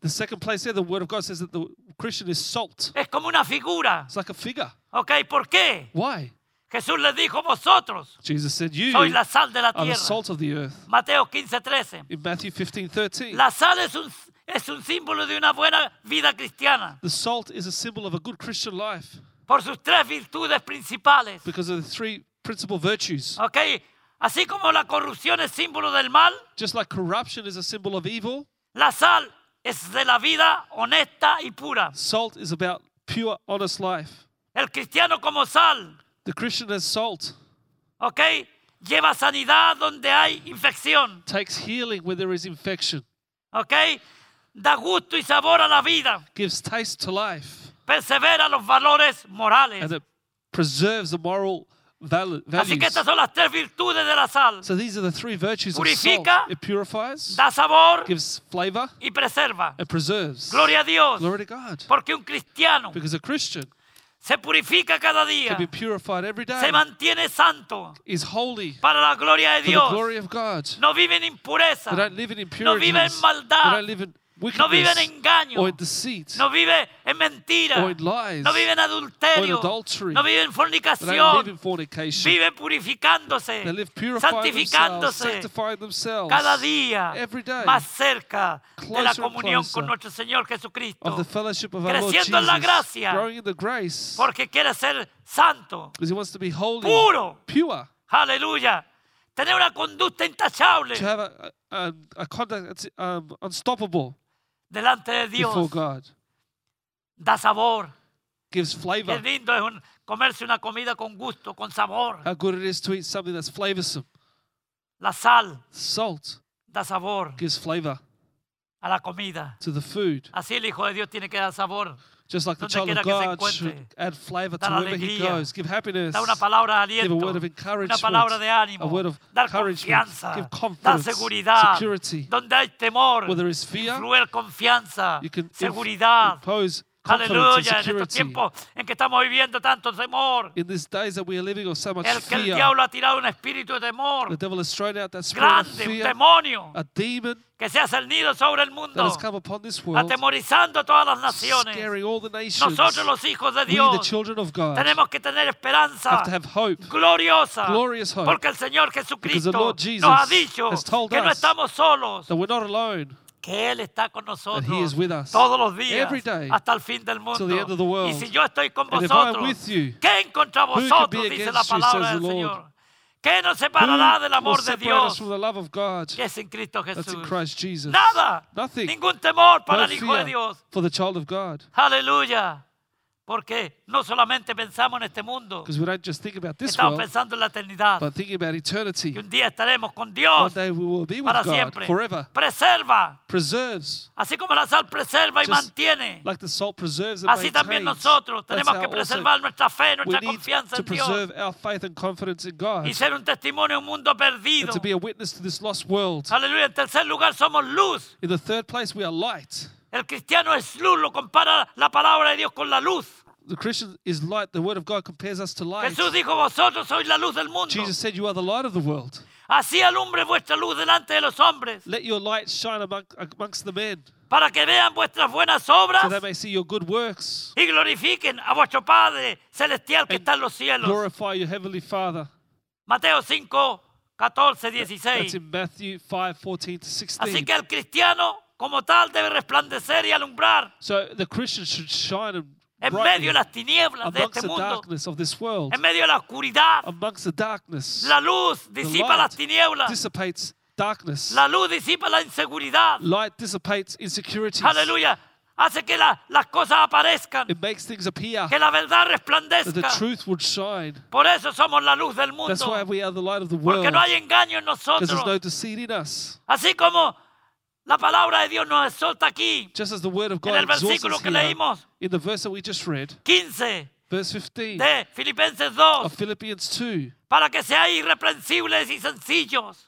[SPEAKER 3] The second place there, the word of God says that the Christian is salt.
[SPEAKER 2] es como una figura.
[SPEAKER 3] It's like a figure.
[SPEAKER 2] ¿Ok? ¿Por qué?
[SPEAKER 3] Why?
[SPEAKER 2] Jesús les dijo, vosotros
[SPEAKER 3] Jesus said, You
[SPEAKER 2] sois la
[SPEAKER 3] are
[SPEAKER 2] sal de la
[SPEAKER 3] the
[SPEAKER 2] tierra.
[SPEAKER 3] salt of the earth.
[SPEAKER 2] Mateo 15, 13.
[SPEAKER 3] In Matthew 15, 13,
[SPEAKER 2] La sal es un, es un símbolo de una buena vida cristiana.
[SPEAKER 3] the salt is a symbol of a good Christian life
[SPEAKER 2] por sus tres virtudes principales.
[SPEAKER 3] because of the three principal virtues.
[SPEAKER 2] ¿Ok? Así como la corrupción es símbolo del mal,
[SPEAKER 3] Just like corruption is a symbol of evil,
[SPEAKER 2] la sal es de la vida honesta y pura.
[SPEAKER 3] Salt is about pure, honest life.
[SPEAKER 2] El cristiano como sal,
[SPEAKER 3] The Christian as salt
[SPEAKER 2] ¿ok? Lleva sanidad donde hay infección,
[SPEAKER 3] takes healing where there is infection,
[SPEAKER 2] ¿ok? Da gusto y sabor a la vida,
[SPEAKER 3] gives taste to life,
[SPEAKER 2] persevera los valores
[SPEAKER 3] and
[SPEAKER 2] morales.
[SPEAKER 3] it preserves the moral val-
[SPEAKER 2] Así que
[SPEAKER 3] values.
[SPEAKER 2] estas son las tres virtudes de la sal.
[SPEAKER 3] So these are the three virtues of salt.
[SPEAKER 2] Purifica.
[SPEAKER 3] It purifies,
[SPEAKER 2] Da sabor
[SPEAKER 3] gives flavor,
[SPEAKER 2] y preserva.
[SPEAKER 3] and preserves.
[SPEAKER 2] Gloria a Dios,
[SPEAKER 3] Glory to God.
[SPEAKER 2] porque un cristiano
[SPEAKER 3] Because a Christian
[SPEAKER 2] se purifica cada día,
[SPEAKER 3] can be purified every day,
[SPEAKER 2] se mantiene santo,
[SPEAKER 3] is holy
[SPEAKER 2] para la gloria de
[SPEAKER 3] for the
[SPEAKER 2] Dios.
[SPEAKER 3] glory of God.
[SPEAKER 2] No viven en impureza.
[SPEAKER 3] They don't live in
[SPEAKER 2] No viven
[SPEAKER 3] impurities.
[SPEAKER 2] maldad.
[SPEAKER 3] They don't live in
[SPEAKER 2] No vive en
[SPEAKER 3] wickedness,
[SPEAKER 2] engaño.
[SPEAKER 3] or in deceit,
[SPEAKER 2] No vive en mentira.
[SPEAKER 3] or in lies,
[SPEAKER 2] No vive en
[SPEAKER 3] or in
[SPEAKER 2] adulterio.
[SPEAKER 3] adultery.
[SPEAKER 2] No vive en
[SPEAKER 3] But they live
[SPEAKER 2] fornicación.
[SPEAKER 3] in fornication.
[SPEAKER 2] Vive purificándose.
[SPEAKER 3] They live purifying themselves,
[SPEAKER 2] Santificándose.
[SPEAKER 3] sanctifying themselves
[SPEAKER 2] Cada día
[SPEAKER 3] every day
[SPEAKER 2] más cerca de la
[SPEAKER 3] Closer and
[SPEAKER 2] comunión
[SPEAKER 3] closer
[SPEAKER 2] con nuestro Señor
[SPEAKER 3] of
[SPEAKER 2] Jesucristo.
[SPEAKER 3] the fellowship of our Lord
[SPEAKER 2] Creciendo en la
[SPEAKER 3] Jesus,
[SPEAKER 2] gracia.
[SPEAKER 3] growing in the grace,
[SPEAKER 2] Porque quiere ser santo.
[SPEAKER 3] because He wants to be holy,
[SPEAKER 2] Puro.
[SPEAKER 3] pure,
[SPEAKER 2] Aleluya. Tener una conducta intachable
[SPEAKER 3] to have a, a, um, a conduct that's um, unstoppable
[SPEAKER 2] delante de
[SPEAKER 3] before
[SPEAKER 2] Dios.
[SPEAKER 3] God,
[SPEAKER 2] Da sabor.
[SPEAKER 3] gives
[SPEAKER 2] Qué
[SPEAKER 3] flavor.
[SPEAKER 2] lindo es un- comerse una comida con gusto, con sabor.
[SPEAKER 3] How good it is to eat something that's flavorsome.
[SPEAKER 2] La sal
[SPEAKER 3] Salt
[SPEAKER 2] da sabor
[SPEAKER 3] gives flavor
[SPEAKER 2] a la comida.
[SPEAKER 3] to the food,
[SPEAKER 2] Así el Hijo de Dios tiene que dar sabor.
[SPEAKER 3] just like the
[SPEAKER 2] Donde
[SPEAKER 3] child
[SPEAKER 2] quiera
[SPEAKER 3] of
[SPEAKER 2] que se
[SPEAKER 3] God should
[SPEAKER 2] encuentre,
[SPEAKER 3] add flavor
[SPEAKER 2] da
[SPEAKER 3] to wherever He
[SPEAKER 2] alegría,
[SPEAKER 3] goes, give happiness.
[SPEAKER 2] Da una palabra de
[SPEAKER 3] Give
[SPEAKER 2] aliento,
[SPEAKER 3] a word of
[SPEAKER 2] una
[SPEAKER 3] encouragement,
[SPEAKER 2] palabra de
[SPEAKER 3] a
[SPEAKER 2] ánimo,
[SPEAKER 3] word of
[SPEAKER 2] dar
[SPEAKER 3] encouragement,
[SPEAKER 2] confianza,
[SPEAKER 3] give
[SPEAKER 2] dar
[SPEAKER 3] confidence,
[SPEAKER 2] seguridad.
[SPEAKER 3] security.
[SPEAKER 2] Donde hay temor,
[SPEAKER 3] Where there is fear,
[SPEAKER 2] influir confianza,
[SPEAKER 3] You can inf-
[SPEAKER 2] seguridad.
[SPEAKER 3] impose confidence
[SPEAKER 2] Aleluya,
[SPEAKER 3] and
[SPEAKER 2] en estos
[SPEAKER 3] security.
[SPEAKER 2] tiempos en que estamos viviendo tanto temor,
[SPEAKER 3] In these days that we are living of so much
[SPEAKER 2] el que el
[SPEAKER 3] fear,
[SPEAKER 2] diablo ha tirado un espíritu de
[SPEAKER 3] the
[SPEAKER 2] temor
[SPEAKER 3] devil has thrown out that spirit of
[SPEAKER 2] grande, un
[SPEAKER 3] fear,
[SPEAKER 2] demonio
[SPEAKER 3] a demon
[SPEAKER 2] que se hace el nido sobre el
[SPEAKER 3] that
[SPEAKER 2] mundo,
[SPEAKER 3] has come upon this world,
[SPEAKER 2] atemorizando todas las naciones.
[SPEAKER 3] scaring all the nations.
[SPEAKER 2] Nosotros los hijos de
[SPEAKER 3] We, the
[SPEAKER 2] Dios,
[SPEAKER 3] children of God,
[SPEAKER 2] tenemos que tener esperanza
[SPEAKER 3] have to have hope.
[SPEAKER 2] gloriosa,
[SPEAKER 3] glorious hope.
[SPEAKER 2] porque el Señor
[SPEAKER 3] the
[SPEAKER 2] Jesucristo
[SPEAKER 3] Lord Jesus
[SPEAKER 2] nos ha dicho
[SPEAKER 3] has told
[SPEAKER 2] que no
[SPEAKER 3] us
[SPEAKER 2] estamos solos,
[SPEAKER 3] That we're not alone
[SPEAKER 2] que Él está con
[SPEAKER 3] He
[SPEAKER 2] nosotros
[SPEAKER 3] is with us
[SPEAKER 2] todos los días
[SPEAKER 3] every day
[SPEAKER 2] hasta el fin del mundo.
[SPEAKER 3] till the end of the world.
[SPEAKER 2] Y si yo estoy con
[SPEAKER 3] And if I am
[SPEAKER 2] vosotros,
[SPEAKER 3] with you,
[SPEAKER 2] ¿qué en contra
[SPEAKER 3] can be
[SPEAKER 2] vosotros? Dice
[SPEAKER 3] against
[SPEAKER 2] la
[SPEAKER 3] you,
[SPEAKER 2] palabra del
[SPEAKER 3] says the Lord?
[SPEAKER 2] Señor. ¿Qué nos
[SPEAKER 3] Who
[SPEAKER 2] separará del amor
[SPEAKER 3] will
[SPEAKER 2] de
[SPEAKER 3] separate us
[SPEAKER 2] Dios
[SPEAKER 3] from the love of God
[SPEAKER 2] que es en Cristo
[SPEAKER 3] that's in
[SPEAKER 2] Jesús?
[SPEAKER 3] Christ Jesus?
[SPEAKER 2] Nada,
[SPEAKER 3] Nothing.
[SPEAKER 2] ningún temor para
[SPEAKER 3] no
[SPEAKER 2] el Hijo de
[SPEAKER 3] fear
[SPEAKER 2] Dios.
[SPEAKER 3] for the child of God.
[SPEAKER 2] Aleluya. Porque no solamente pensamos en este mundo,
[SPEAKER 3] Because we don't just think about this
[SPEAKER 2] estamos
[SPEAKER 3] world,
[SPEAKER 2] pensando en la eternidad.
[SPEAKER 3] but thinking about eternity.
[SPEAKER 2] Y un día estaremos con
[SPEAKER 3] One
[SPEAKER 2] Dios
[SPEAKER 3] day we will be with
[SPEAKER 2] para
[SPEAKER 3] God
[SPEAKER 2] siempre.
[SPEAKER 3] forever.
[SPEAKER 2] Preserva.
[SPEAKER 3] Preserves,
[SPEAKER 2] Así como la sal preserva y
[SPEAKER 3] Just
[SPEAKER 2] mantiene.
[SPEAKER 3] like the salt preserves and
[SPEAKER 2] Así también
[SPEAKER 3] maintains.
[SPEAKER 2] nosotros
[SPEAKER 3] That's
[SPEAKER 2] tenemos
[SPEAKER 3] how
[SPEAKER 2] que
[SPEAKER 3] also
[SPEAKER 2] preservar nuestra fe,
[SPEAKER 3] we
[SPEAKER 2] nuestra
[SPEAKER 3] need
[SPEAKER 2] confianza
[SPEAKER 3] to
[SPEAKER 2] en Dios.
[SPEAKER 3] preserve our faith and confidence in God
[SPEAKER 2] Y ser un testimonio en un mundo
[SPEAKER 3] and
[SPEAKER 2] perdido.
[SPEAKER 3] to be a witness to this lost world.
[SPEAKER 2] Aleluya. En tercer lugar somos luz.
[SPEAKER 3] In the third place, we are light.
[SPEAKER 2] El cristiano es luz. Lo compara la palabra de Dios con la luz.
[SPEAKER 3] The Christian is light. The Word of God compares us to light.
[SPEAKER 2] Jesús dijo, vosotros sois la luz del mundo.
[SPEAKER 3] Jesus said, You are the light of the world.
[SPEAKER 2] Así alumbre vuestra luz delante de los hombres,
[SPEAKER 3] Let your light shine among, amongst the men,
[SPEAKER 2] para que vean vuestras buenas obras
[SPEAKER 3] so they may see your good works.
[SPEAKER 2] y glorifiquen a vuestro Padre celestial que está en los cielos.
[SPEAKER 3] Glorify your heavenly Father.
[SPEAKER 2] Mateo 5, 14,
[SPEAKER 3] That's
[SPEAKER 2] 16.
[SPEAKER 3] in Matthew 5 14 to
[SPEAKER 2] Así
[SPEAKER 3] 16.
[SPEAKER 2] que el cristiano como tal debe resplandecer y alumbrar
[SPEAKER 3] So the Christian should shine and
[SPEAKER 2] en medio de
[SPEAKER 3] brightly
[SPEAKER 2] las tinieblas de
[SPEAKER 3] amongst
[SPEAKER 2] este
[SPEAKER 3] the
[SPEAKER 2] mundo,
[SPEAKER 3] darkness of this world.
[SPEAKER 2] en medio de la oscuridad.
[SPEAKER 3] Amongst the darkness,
[SPEAKER 2] La luz disipa
[SPEAKER 3] light
[SPEAKER 2] las tinieblas,
[SPEAKER 3] dissipates darkness.
[SPEAKER 2] la luz disipa la inseguridad.
[SPEAKER 3] Light dissipates insecurities.
[SPEAKER 2] Aleluya. Hace que la- las cosas aparezcan,
[SPEAKER 3] It makes things appear
[SPEAKER 2] que la verdad
[SPEAKER 3] that the
[SPEAKER 2] resplandezca.
[SPEAKER 3] truth would shine.
[SPEAKER 2] Por eso somos la luz del
[SPEAKER 3] That's
[SPEAKER 2] mundo.
[SPEAKER 3] why we are the light of the world.
[SPEAKER 2] Oh, Porque no hay
[SPEAKER 3] Because
[SPEAKER 2] engaño en
[SPEAKER 3] there's no
[SPEAKER 2] nosotros.
[SPEAKER 3] deceit in us.
[SPEAKER 2] Así como la palabra de Dios nos exhorta aquí,
[SPEAKER 3] Just as the word of
[SPEAKER 2] En
[SPEAKER 3] God
[SPEAKER 2] el
[SPEAKER 3] exhorts
[SPEAKER 2] versículo
[SPEAKER 3] us
[SPEAKER 2] que
[SPEAKER 3] here,
[SPEAKER 2] leímos.
[SPEAKER 3] in the verse that we just read,
[SPEAKER 2] 15
[SPEAKER 3] verse 15
[SPEAKER 2] de Filipenses 2,
[SPEAKER 3] of Philippians 2,
[SPEAKER 2] para que seáis irreprensibles y sencillos,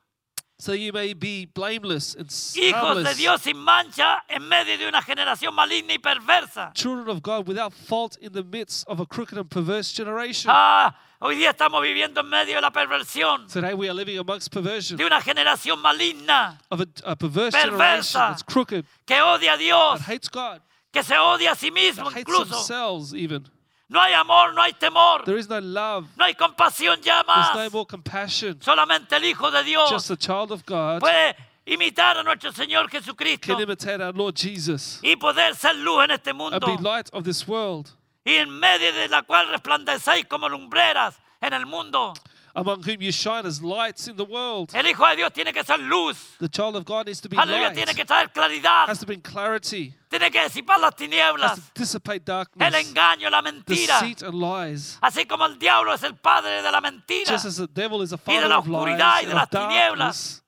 [SPEAKER 3] so you may be blameless and
[SPEAKER 2] hijos de
[SPEAKER 3] harmless,
[SPEAKER 2] Dios sin mancha en medio de una generación maligna y perversa.
[SPEAKER 3] children of God without fault in the midst of a crooked and perverse generation.
[SPEAKER 2] Ah, hoy día estamos viviendo en medio de la perversión
[SPEAKER 3] Today we are living amongst perversion,
[SPEAKER 2] de una generación maligna
[SPEAKER 3] of a, a perverse
[SPEAKER 2] Perversa.
[SPEAKER 3] generation that's crooked,
[SPEAKER 2] que odia a Dios,
[SPEAKER 3] that hates God,
[SPEAKER 2] que se odia a sí
[SPEAKER 3] that
[SPEAKER 2] mismo
[SPEAKER 3] hates
[SPEAKER 2] incluso.
[SPEAKER 3] themselves even.
[SPEAKER 2] No hay amor, no hay temor,
[SPEAKER 3] There is no love.
[SPEAKER 2] no hay compasión ya
[SPEAKER 3] There's
[SPEAKER 2] más.
[SPEAKER 3] no more compassion.
[SPEAKER 2] Solamente el Hijo de
[SPEAKER 3] Just
[SPEAKER 2] Dios
[SPEAKER 3] the child of God
[SPEAKER 2] puede imitar a nuestro Señor Jesucristo
[SPEAKER 3] can imitate our Lord Jesus
[SPEAKER 2] y poder ser luz en este
[SPEAKER 3] and
[SPEAKER 2] mundo
[SPEAKER 3] be light of this world,
[SPEAKER 2] y en medio de la cual resplandecéis como lumbreras en el mundo.
[SPEAKER 3] among whom you shine as lights in the world.
[SPEAKER 2] El Hijo de Dios tiene que ser luz.
[SPEAKER 3] The child of God needs to be
[SPEAKER 2] Aleluya,
[SPEAKER 3] light,
[SPEAKER 2] tiene que traer claridad.
[SPEAKER 3] has to bring clarity,
[SPEAKER 2] Tiene que disipar las
[SPEAKER 3] has to
[SPEAKER 2] tinieblas,
[SPEAKER 3] dissipate
[SPEAKER 2] el
[SPEAKER 3] darkness,
[SPEAKER 2] engaño, la mentira.
[SPEAKER 3] deceit and lies.
[SPEAKER 2] Así como el diablo es el padre de la mentira.
[SPEAKER 3] Just as the devil is a
[SPEAKER 2] de
[SPEAKER 3] father
[SPEAKER 2] la
[SPEAKER 3] of
[SPEAKER 2] oscuridad y
[SPEAKER 3] lies
[SPEAKER 2] de
[SPEAKER 3] and
[SPEAKER 2] las
[SPEAKER 3] of
[SPEAKER 2] tinieblas.
[SPEAKER 3] darkness,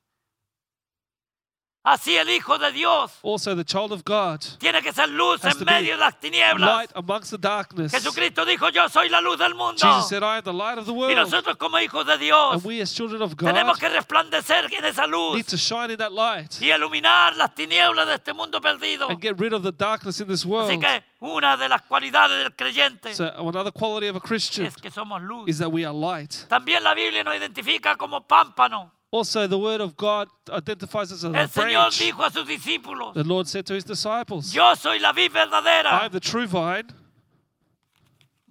[SPEAKER 2] Así el Hijo de Dios
[SPEAKER 3] also the child of God,
[SPEAKER 2] tiene que ser luz
[SPEAKER 3] Has
[SPEAKER 2] en
[SPEAKER 3] to be
[SPEAKER 2] medio de las tinieblas.
[SPEAKER 3] light amongst the darkness.
[SPEAKER 2] Jesucristo dijo, yo soy la luz del mundo.
[SPEAKER 3] Jesus said, I am the light of the
[SPEAKER 2] Y
[SPEAKER 3] world.
[SPEAKER 2] nosotros como hijos de Dios
[SPEAKER 3] And we as children of
[SPEAKER 2] tenemos
[SPEAKER 3] God
[SPEAKER 2] que resplandecer en esa
[SPEAKER 3] need
[SPEAKER 2] luz
[SPEAKER 3] to shine in that light
[SPEAKER 2] y iluminar las tinieblas de este mundo perdido.
[SPEAKER 3] and get rid of the darkness in this world.
[SPEAKER 2] Así que una de las cualidades del creyente
[SPEAKER 3] So another quality of a Christian
[SPEAKER 2] es que somos luz.
[SPEAKER 3] is that we are light.
[SPEAKER 2] También la Biblia nos identifica como pámpano.
[SPEAKER 3] Also, the word of God identifies us as
[SPEAKER 2] El
[SPEAKER 3] a
[SPEAKER 2] Señor
[SPEAKER 3] branch.
[SPEAKER 2] dijo a sus discípulos,
[SPEAKER 3] The Lord said to his disciples,
[SPEAKER 2] yo soy la vid
[SPEAKER 3] I
[SPEAKER 2] verdadera,
[SPEAKER 3] am the true vine,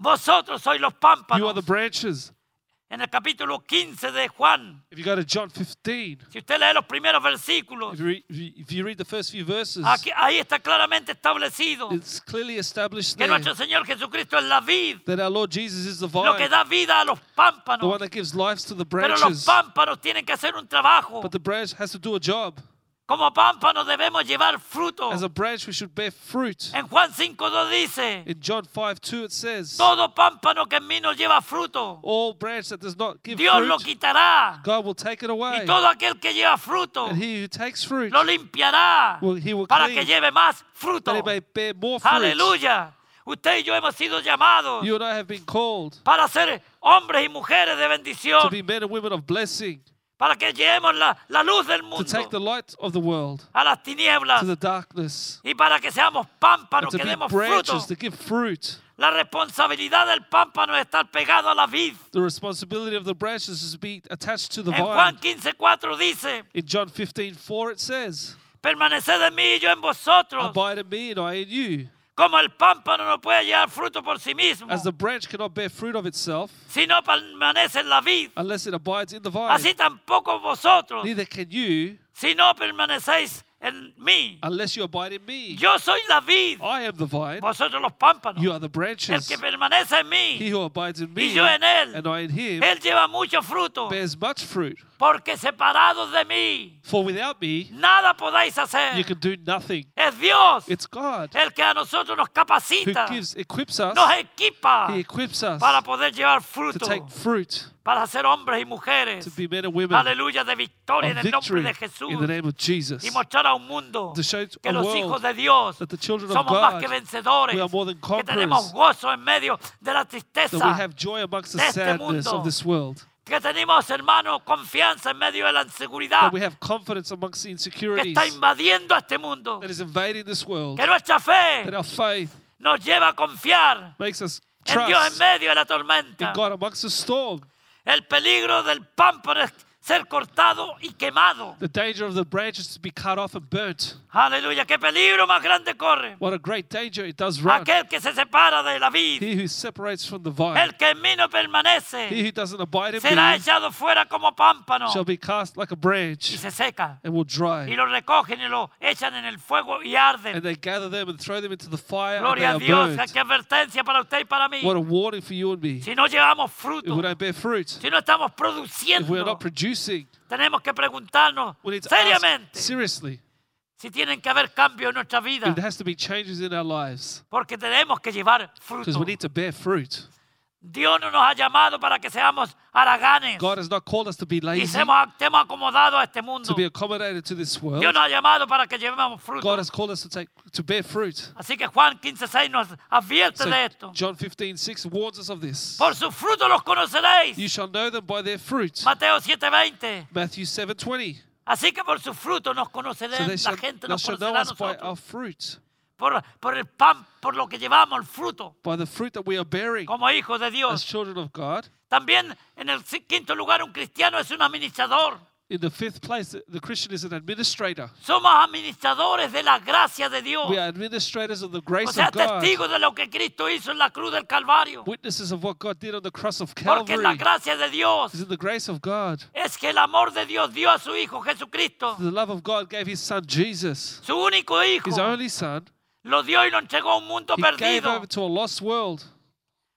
[SPEAKER 2] vosotros sois los
[SPEAKER 3] you are the
[SPEAKER 2] pámpanos.
[SPEAKER 3] branches.
[SPEAKER 2] En el capítulo 15 de Juan,
[SPEAKER 3] If you go to John 15,
[SPEAKER 2] si usted lee los primeros versículos,
[SPEAKER 3] if you read, if you read the first few verses,
[SPEAKER 2] aquí- ahí está claramente establecido
[SPEAKER 3] it's clearly established
[SPEAKER 2] que
[SPEAKER 3] there
[SPEAKER 2] nuestro Señor Jesucristo es la vid,
[SPEAKER 3] that our Lord Jesus is the
[SPEAKER 2] lo que
[SPEAKER 3] vine,
[SPEAKER 2] da vida a los
[SPEAKER 3] the one
[SPEAKER 2] pámpanos.
[SPEAKER 3] that gives lives to the
[SPEAKER 2] Pero los
[SPEAKER 3] branches.
[SPEAKER 2] pámpanos tienen que hacer un trabajo.
[SPEAKER 3] But the branch has to do a job.
[SPEAKER 2] Como pámpanos debemos llevar fruto.
[SPEAKER 3] As a branch, we should bear fruit.
[SPEAKER 2] En Juan 5.2 dice,
[SPEAKER 3] In John 5 2, it says,
[SPEAKER 2] todo pámpano que en mí no lleva fruto,
[SPEAKER 3] All branch that does not give
[SPEAKER 2] Dios lo
[SPEAKER 3] fruit,
[SPEAKER 2] quitará.
[SPEAKER 3] God will take it away.
[SPEAKER 2] Y todo aquel que lleva fruto,
[SPEAKER 3] And he who takes fruit,
[SPEAKER 2] lo limpiará
[SPEAKER 3] Well, he will
[SPEAKER 2] para que
[SPEAKER 3] clean.
[SPEAKER 2] lleve más fruto.
[SPEAKER 3] that it may bear more fruit.
[SPEAKER 2] Aleluya. Usted y yo hemos sido llamados
[SPEAKER 3] You and I have been called
[SPEAKER 2] para ser hombres y mujeres de
[SPEAKER 3] to
[SPEAKER 2] bendición,
[SPEAKER 3] be men and women of blessing,
[SPEAKER 2] para que llevemos la, la luz del
[SPEAKER 3] to take the
[SPEAKER 2] mundo
[SPEAKER 3] light of the world
[SPEAKER 2] a las tinieblas
[SPEAKER 3] to the darkness,
[SPEAKER 2] y para que seamos
[SPEAKER 3] and
[SPEAKER 2] pámpanos,
[SPEAKER 3] to
[SPEAKER 2] que
[SPEAKER 3] be
[SPEAKER 2] demos fruto.
[SPEAKER 3] branches to give fruit.
[SPEAKER 2] La responsabilidad del pámpano es estar pegado a la vid.
[SPEAKER 3] The responsibility of the branches is to be attached to the
[SPEAKER 2] En Juan
[SPEAKER 3] vine.
[SPEAKER 2] 15:4 dice,
[SPEAKER 3] In John 15 4, it says,
[SPEAKER 2] permaneced en mí y yo en vosotros,
[SPEAKER 3] Abide in me and I in you.
[SPEAKER 2] como el pámpano no puede llevar fruto por sí mismo,
[SPEAKER 3] As the branch cannot bear fruit of itself
[SPEAKER 2] si no permanece en la vid.
[SPEAKER 3] unless it abides in the vine,
[SPEAKER 2] Así tampoco vosotros,
[SPEAKER 3] neither can you
[SPEAKER 2] si no permanecéis en mí.
[SPEAKER 3] unless you abide in me.
[SPEAKER 2] Yo soy la vid,
[SPEAKER 3] I am the vine,
[SPEAKER 2] vosotros los pámpanos.
[SPEAKER 3] Oh. you are the
[SPEAKER 2] El
[SPEAKER 3] branches.
[SPEAKER 2] que permanece en
[SPEAKER 3] He
[SPEAKER 2] mí,
[SPEAKER 3] who abides in
[SPEAKER 2] y
[SPEAKER 3] me
[SPEAKER 2] yo en él,
[SPEAKER 3] and I in him
[SPEAKER 2] él lleva mucho fruto,
[SPEAKER 3] bears much fruit.
[SPEAKER 2] porque separados de mí,
[SPEAKER 3] For without me,
[SPEAKER 2] nada podáis
[SPEAKER 3] you
[SPEAKER 2] hacer.
[SPEAKER 3] can do nothing.
[SPEAKER 2] Es Dios
[SPEAKER 3] It's God
[SPEAKER 2] el que a nosotros nos
[SPEAKER 3] who
[SPEAKER 2] capacita,
[SPEAKER 3] gives, equips us.
[SPEAKER 2] nos equipa
[SPEAKER 3] He equips us
[SPEAKER 2] para
[SPEAKER 3] to
[SPEAKER 2] poder llevar fruto,
[SPEAKER 3] take fruit,
[SPEAKER 2] para ser hombres y
[SPEAKER 3] to
[SPEAKER 2] mujeres,
[SPEAKER 3] be men and women
[SPEAKER 2] aleluya, de victoria en
[SPEAKER 3] of
[SPEAKER 2] el nombre
[SPEAKER 3] victory
[SPEAKER 2] de Jesús
[SPEAKER 3] in the name of Jesus.
[SPEAKER 2] y mostrar a un mundo
[SPEAKER 3] To show
[SPEAKER 2] que
[SPEAKER 3] a
[SPEAKER 2] los
[SPEAKER 3] world
[SPEAKER 2] hijos de Dios
[SPEAKER 3] that the children of
[SPEAKER 2] somos más
[SPEAKER 3] God,
[SPEAKER 2] que vencedores,
[SPEAKER 3] we are more than
[SPEAKER 2] que tenemos
[SPEAKER 3] conquerors,
[SPEAKER 2] gozo en medio de la
[SPEAKER 3] That we
[SPEAKER 2] tristeza,
[SPEAKER 3] have joy amongst the
[SPEAKER 2] de este
[SPEAKER 3] sadness
[SPEAKER 2] mundo.
[SPEAKER 3] of this world.
[SPEAKER 2] que tenemos, hermano, confianza en medio de la inseguridad
[SPEAKER 3] That we have confidence amongst
[SPEAKER 2] Ah.
[SPEAKER 3] the
[SPEAKER 2] que
[SPEAKER 3] insecurities
[SPEAKER 2] está invadiendo a este mundo,
[SPEAKER 3] that is invading this world.
[SPEAKER 2] que nuestra
[SPEAKER 3] That
[SPEAKER 2] fe
[SPEAKER 3] our faith
[SPEAKER 2] nos lleva a confiar
[SPEAKER 3] makes us
[SPEAKER 2] en Dios en
[SPEAKER 3] trust
[SPEAKER 2] medio de la
[SPEAKER 3] in
[SPEAKER 2] tormenta.
[SPEAKER 3] God amongst the storm.
[SPEAKER 2] El peligro del pámpano es ser cortado y quemado.
[SPEAKER 3] The danger of the branches to be cut off and burnt.
[SPEAKER 2] Aleluya, qué peligro más grande corre.
[SPEAKER 3] What a great danger it does run.
[SPEAKER 2] Aquel que se separa de la vida,
[SPEAKER 3] He who separates from the vine,
[SPEAKER 2] el que en mí no
[SPEAKER 3] he
[SPEAKER 2] permanece,
[SPEAKER 3] who doesn't abide in
[SPEAKER 2] será
[SPEAKER 3] me,
[SPEAKER 2] echado fuera como pámpano
[SPEAKER 3] shall be cast like a
[SPEAKER 2] y
[SPEAKER 3] branch
[SPEAKER 2] se seca.
[SPEAKER 3] and will
[SPEAKER 2] Y
[SPEAKER 3] dry.
[SPEAKER 2] lo recogen y lo echan en el fuego y
[SPEAKER 3] And
[SPEAKER 2] arden.
[SPEAKER 3] they gather them and throw them into the fire,
[SPEAKER 2] Gloria a
[SPEAKER 3] and they
[SPEAKER 2] Dios,
[SPEAKER 3] are
[SPEAKER 2] qué
[SPEAKER 3] burned.
[SPEAKER 2] advertencia para usted y para mí.
[SPEAKER 3] What a warning for you and me.
[SPEAKER 2] Si no llevamos
[SPEAKER 3] If we
[SPEAKER 2] fruto,
[SPEAKER 3] don't bear fruit,
[SPEAKER 2] si no estamos
[SPEAKER 3] if we are
[SPEAKER 2] produciendo,
[SPEAKER 3] not producing,
[SPEAKER 2] tenemos que preguntarnos
[SPEAKER 3] we need to ask
[SPEAKER 2] seriamente
[SPEAKER 3] seriously.
[SPEAKER 2] si tienen que haber cambios en nuestra vida,
[SPEAKER 3] There has to be changes in our lives
[SPEAKER 2] porque tenemos que llevar
[SPEAKER 3] because
[SPEAKER 2] fruto.
[SPEAKER 3] we need to bear fruit.
[SPEAKER 2] Dios no nos ha llamado para que seamos haraganes
[SPEAKER 3] God has not called us to be
[SPEAKER 2] y
[SPEAKER 3] lazy,
[SPEAKER 2] seamos- estemos acomodados a este
[SPEAKER 3] to
[SPEAKER 2] mundo.
[SPEAKER 3] be accommodated to this world.
[SPEAKER 2] Dios nos ha llamado para que llevemos fruto.
[SPEAKER 3] God has called us to take to bear fruit.
[SPEAKER 2] Así que Juan 15:6 nos advierte de
[SPEAKER 3] So
[SPEAKER 2] esto.
[SPEAKER 3] John 15, 6 warns us of this.
[SPEAKER 2] Por sus frutos los
[SPEAKER 3] You
[SPEAKER 2] conoceréis.
[SPEAKER 3] shall know them by their fruit.
[SPEAKER 2] Mateo 7:20.
[SPEAKER 3] Matthew 7, 20.
[SPEAKER 2] Así que por sus frutos nos
[SPEAKER 3] So they
[SPEAKER 2] conoceréis.
[SPEAKER 3] shall,
[SPEAKER 2] La gente
[SPEAKER 3] thou
[SPEAKER 2] nos
[SPEAKER 3] shalt
[SPEAKER 2] conocerá
[SPEAKER 3] know
[SPEAKER 2] a
[SPEAKER 3] us by our
[SPEAKER 2] nosotros.
[SPEAKER 3] fruit,
[SPEAKER 2] Por, por el pan, por lo que llevamos, el fruto,
[SPEAKER 3] by the fruit that we are bearing
[SPEAKER 2] como hijos de
[SPEAKER 3] as
[SPEAKER 2] Dios.
[SPEAKER 3] children of God.
[SPEAKER 2] También en el ci- quinto lugar, un cristiano es un administrador.
[SPEAKER 3] In the fifth place, the- the Christian is an administrator.
[SPEAKER 2] Somos administradores de la gracia de Dios.
[SPEAKER 3] We are administrators of the
[SPEAKER 2] O
[SPEAKER 3] grace
[SPEAKER 2] sea,
[SPEAKER 3] of God,
[SPEAKER 2] testigos de lo que Cristo hizo en la cruz del Calvario.
[SPEAKER 3] witnesses of what God did on the cross of
[SPEAKER 2] Porque la
[SPEAKER 3] Calvary.
[SPEAKER 2] gracia de Dios
[SPEAKER 3] It's in the grace of God.
[SPEAKER 2] es que el amor de Dios dio a su Hijo Jesucristo,
[SPEAKER 3] The love of God gave his son Jesus,
[SPEAKER 2] su único Hijo,
[SPEAKER 3] his only son.
[SPEAKER 2] lo dio y lo entregó a un mundo
[SPEAKER 3] He gave
[SPEAKER 2] perdido
[SPEAKER 3] over to a lost world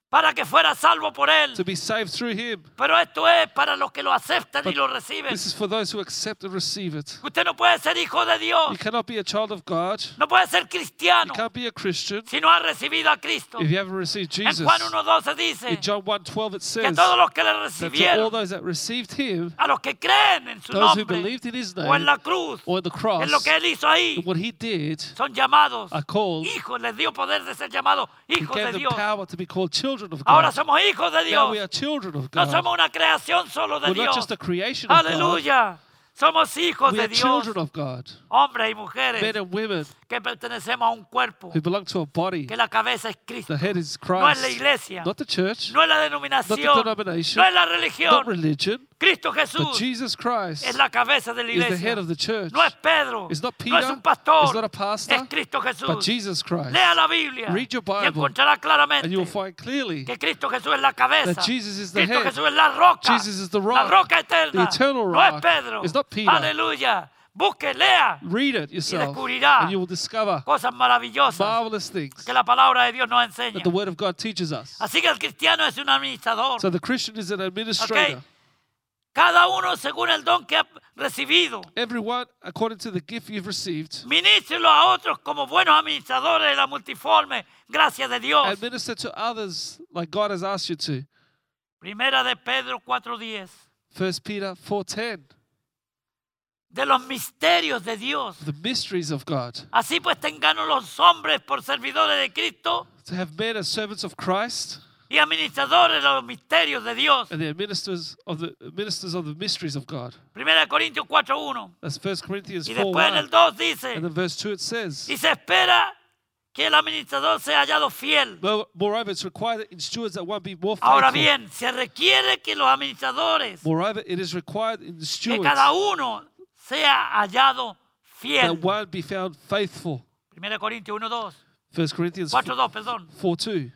[SPEAKER 2] para que fuera salvo por
[SPEAKER 3] to
[SPEAKER 2] él.
[SPEAKER 3] be saved through him.
[SPEAKER 2] Pero esto es para los que lo aceptan y
[SPEAKER 3] But
[SPEAKER 2] lo reciben.
[SPEAKER 3] This is for those who accept and receive it.
[SPEAKER 2] Usted no puede ser hijo de Dios,
[SPEAKER 3] You cannot be a child of God.
[SPEAKER 2] no puede ser
[SPEAKER 3] You
[SPEAKER 2] cristiano
[SPEAKER 3] can't be a Christian
[SPEAKER 2] si no ha recibido a Cristo.
[SPEAKER 3] if you haven't received
[SPEAKER 2] En
[SPEAKER 3] Jesus.
[SPEAKER 2] Juan 1.12 dice
[SPEAKER 3] In John 1 12, it
[SPEAKER 2] que
[SPEAKER 3] says
[SPEAKER 2] todos
[SPEAKER 3] that
[SPEAKER 2] los que le
[SPEAKER 3] to all
[SPEAKER 2] recibieron,
[SPEAKER 3] those that received him,
[SPEAKER 2] a los que creen en su
[SPEAKER 3] those who
[SPEAKER 2] nombre
[SPEAKER 3] believed in his
[SPEAKER 2] o en
[SPEAKER 3] name
[SPEAKER 2] la cruz,
[SPEAKER 3] or in the cross,
[SPEAKER 2] en lo que él hizo ahí,
[SPEAKER 3] and what he did,
[SPEAKER 2] son llamados
[SPEAKER 3] are called,
[SPEAKER 2] hijos, les dio poder de ser llamados
[SPEAKER 3] he
[SPEAKER 2] hijos de
[SPEAKER 3] gave them
[SPEAKER 2] Dios.
[SPEAKER 3] power to be called children of
[SPEAKER 2] Ahora
[SPEAKER 3] God.
[SPEAKER 2] somos hijos de
[SPEAKER 3] Now we
[SPEAKER 2] Dios,
[SPEAKER 3] are children of
[SPEAKER 2] no
[SPEAKER 3] God.
[SPEAKER 2] somos una creación solo de
[SPEAKER 3] We're not
[SPEAKER 2] Dios.
[SPEAKER 3] just a creation of God.
[SPEAKER 2] Aleluya, somos hijos
[SPEAKER 3] We
[SPEAKER 2] de
[SPEAKER 3] are
[SPEAKER 2] Dios,
[SPEAKER 3] children of God.
[SPEAKER 2] hombres y
[SPEAKER 3] Men
[SPEAKER 2] mujeres
[SPEAKER 3] and women
[SPEAKER 2] que pertenecemos a un cuerpo,
[SPEAKER 3] who belong to a body.
[SPEAKER 2] que la cabeza es Cristo.
[SPEAKER 3] The head is
[SPEAKER 2] No es
[SPEAKER 3] Christ.
[SPEAKER 2] la iglesia,
[SPEAKER 3] Not the church.
[SPEAKER 2] no es la denominación,
[SPEAKER 3] denomination,
[SPEAKER 2] no es la
[SPEAKER 3] Not
[SPEAKER 2] religión,
[SPEAKER 3] religion.
[SPEAKER 2] Cristo
[SPEAKER 3] But
[SPEAKER 2] Jesús
[SPEAKER 3] Jesus Christ
[SPEAKER 2] es la cabeza de la
[SPEAKER 3] is the
[SPEAKER 2] iglesia.
[SPEAKER 3] head of the church.
[SPEAKER 2] No es Pedro,
[SPEAKER 3] It's not
[SPEAKER 2] no es
[SPEAKER 3] Peter,
[SPEAKER 2] un pastor,
[SPEAKER 3] it's not a pastor,
[SPEAKER 2] es Cristo
[SPEAKER 3] But
[SPEAKER 2] Jesús.
[SPEAKER 3] Jesus Christ.
[SPEAKER 2] Lea la Biblia
[SPEAKER 3] Read your
[SPEAKER 2] y
[SPEAKER 3] Bible,
[SPEAKER 2] encontrará claramente
[SPEAKER 3] And you'll find clearly
[SPEAKER 2] que Cristo Jesús es la cabeza.
[SPEAKER 3] that Jesus is the
[SPEAKER 2] Cristo
[SPEAKER 3] head.
[SPEAKER 2] Jesús es la roca.
[SPEAKER 3] Jesus is the
[SPEAKER 2] La
[SPEAKER 3] rock,
[SPEAKER 2] roca eterna.
[SPEAKER 3] the eternal
[SPEAKER 2] no es
[SPEAKER 3] rock.
[SPEAKER 2] Pedro.
[SPEAKER 3] It's not Peter.
[SPEAKER 2] Aleluya. Busque, lea
[SPEAKER 3] Read it yourself,
[SPEAKER 2] descubrirá
[SPEAKER 3] and you will discover
[SPEAKER 2] cosas maravillosas
[SPEAKER 3] marvelous things
[SPEAKER 2] que la palabra de Dios nos enseña.
[SPEAKER 3] that the Word of God teaches us.
[SPEAKER 2] Así que el cristiano es un administrador.
[SPEAKER 3] So the Christian is an administrator.
[SPEAKER 2] Cada uno según el don que ha recibido.
[SPEAKER 3] Everyone, according to the gift you've received,
[SPEAKER 2] Ministrelo a otros como buenos administradores de la multiforme gracias de Dios.
[SPEAKER 3] and minister to others like God has asked you to.
[SPEAKER 2] Primera de Pedro 4:10.
[SPEAKER 3] First Peter 4:10,
[SPEAKER 2] De los misterios de Dios.
[SPEAKER 3] the mysteries of God.
[SPEAKER 2] Así pues tenganos los hombres por servidores de Cristo
[SPEAKER 3] To have men as servants of Christ
[SPEAKER 2] y administradores de los misterios de Dios.
[SPEAKER 3] and they're ministers of the ministers of the mysteries of God.
[SPEAKER 2] Primera de Corintios 4:1.
[SPEAKER 3] That's 1 Corinthians
[SPEAKER 2] Y
[SPEAKER 3] 4
[SPEAKER 2] después en Oh, el
[SPEAKER 3] 1.
[SPEAKER 2] 2 dice,
[SPEAKER 3] And then verse 2 it says,
[SPEAKER 2] y se espera que el administrador sea hallado fiel.
[SPEAKER 3] "Mo- Moreover, it's required that in stewards that one be more
[SPEAKER 2] Ahora
[SPEAKER 3] faithful.
[SPEAKER 2] bien, se requiere que los administradores,
[SPEAKER 3] Moreover, it is required in
[SPEAKER 2] que
[SPEAKER 3] the stewards
[SPEAKER 2] cada uno sea hallado
[SPEAKER 3] that
[SPEAKER 2] fiel.
[SPEAKER 3] one be found faithful.
[SPEAKER 2] 1 Corintios 1.2,
[SPEAKER 3] 1 Corinthians 4
[SPEAKER 2] 4.2, perdón.
[SPEAKER 3] 2.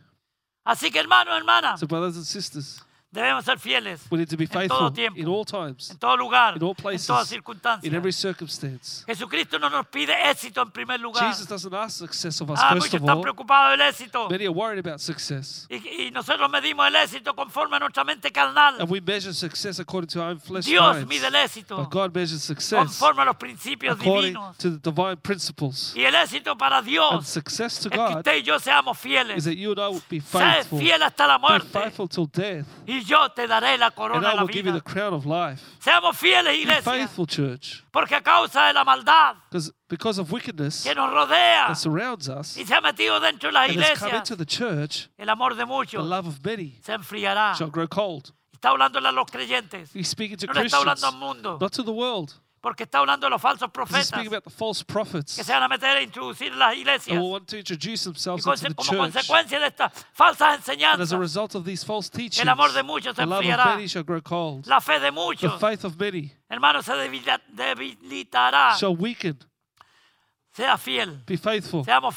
[SPEAKER 2] Así que hermanos, hermanas,
[SPEAKER 3] So, brothers and sisters,
[SPEAKER 2] debemos ser fieles
[SPEAKER 3] we need to be
[SPEAKER 2] todo
[SPEAKER 3] faithful
[SPEAKER 2] tiempo.
[SPEAKER 3] in all times,
[SPEAKER 2] en todo lugar,
[SPEAKER 3] in all
[SPEAKER 2] en todas
[SPEAKER 3] places, in every
[SPEAKER 2] circunstancias.
[SPEAKER 3] circumstance.
[SPEAKER 2] Jesucristo no nos pide éxito en primer lugar.
[SPEAKER 3] Jesus doesn't ask success of us,
[SPEAKER 2] Ah,
[SPEAKER 3] first
[SPEAKER 2] muchos
[SPEAKER 3] of
[SPEAKER 2] están
[SPEAKER 3] all.
[SPEAKER 2] preocupados del éxito.
[SPEAKER 3] Many are worried about success.
[SPEAKER 2] Y, y nosotros medimos el éxito conforme a nuestra mente carnal.
[SPEAKER 3] And we measure success according to our own flesh
[SPEAKER 2] Dios
[SPEAKER 3] minds.
[SPEAKER 2] mide el éxito
[SPEAKER 3] But God measures success
[SPEAKER 2] conforme a los principios
[SPEAKER 3] according
[SPEAKER 2] divinos.
[SPEAKER 3] to the divine principles.
[SPEAKER 2] Y el éxito para
[SPEAKER 3] And
[SPEAKER 2] Dios
[SPEAKER 3] success to
[SPEAKER 2] es que
[SPEAKER 3] God
[SPEAKER 2] usted y yo seamos
[SPEAKER 3] is
[SPEAKER 2] fieles.
[SPEAKER 3] that you and I will be
[SPEAKER 2] Sé
[SPEAKER 3] faithful. Be
[SPEAKER 2] fiel hasta la muerte
[SPEAKER 3] faithful till death.
[SPEAKER 2] y yo te daré la
[SPEAKER 3] And
[SPEAKER 2] corona de
[SPEAKER 3] I
[SPEAKER 2] la
[SPEAKER 3] will give you the
[SPEAKER 2] vida.
[SPEAKER 3] crown of life.
[SPEAKER 2] Seamos fieles,
[SPEAKER 3] Be
[SPEAKER 2] iglesia,
[SPEAKER 3] faithful, church.
[SPEAKER 2] porque a causa de la maldad
[SPEAKER 3] Because because of wickedness
[SPEAKER 2] que nos rodea
[SPEAKER 3] that surrounds us
[SPEAKER 2] y se ha metido dentro de las
[SPEAKER 3] and has come
[SPEAKER 2] iglesias,
[SPEAKER 3] into the church,
[SPEAKER 2] el amor de
[SPEAKER 3] the
[SPEAKER 2] muchos
[SPEAKER 3] love of many
[SPEAKER 2] se enfriará.
[SPEAKER 3] shall grow cold.
[SPEAKER 2] Está hablándole a los creyentes,
[SPEAKER 3] He's speaking to
[SPEAKER 2] Ah. no le está
[SPEAKER 3] Christians,
[SPEAKER 2] hablando al mundo,
[SPEAKER 3] not to the world.
[SPEAKER 2] porque está hablando a los falsos
[SPEAKER 3] He's
[SPEAKER 2] profetas
[SPEAKER 3] speaking about the false
[SPEAKER 2] que
[SPEAKER 3] prophets
[SPEAKER 2] se van a meter a introducir en las
[SPEAKER 3] and
[SPEAKER 2] iglesias.
[SPEAKER 3] will want to introduce
[SPEAKER 2] Y
[SPEAKER 3] themselves into
[SPEAKER 2] conse-
[SPEAKER 3] the
[SPEAKER 2] como
[SPEAKER 3] church.
[SPEAKER 2] consecuencia de estas falsas
[SPEAKER 3] And as a
[SPEAKER 2] enseñanzas,
[SPEAKER 3] result of these false teachings,
[SPEAKER 2] amor de muchos se
[SPEAKER 3] the love of
[SPEAKER 2] enfriará.
[SPEAKER 3] many shall grow cold.
[SPEAKER 2] la fe de
[SPEAKER 3] The
[SPEAKER 2] muchos
[SPEAKER 3] faith of many
[SPEAKER 2] Hermano, se debilita- debilitará.
[SPEAKER 3] shall weaken.
[SPEAKER 2] Sea fiel.
[SPEAKER 3] Be faithful.
[SPEAKER 2] Seamos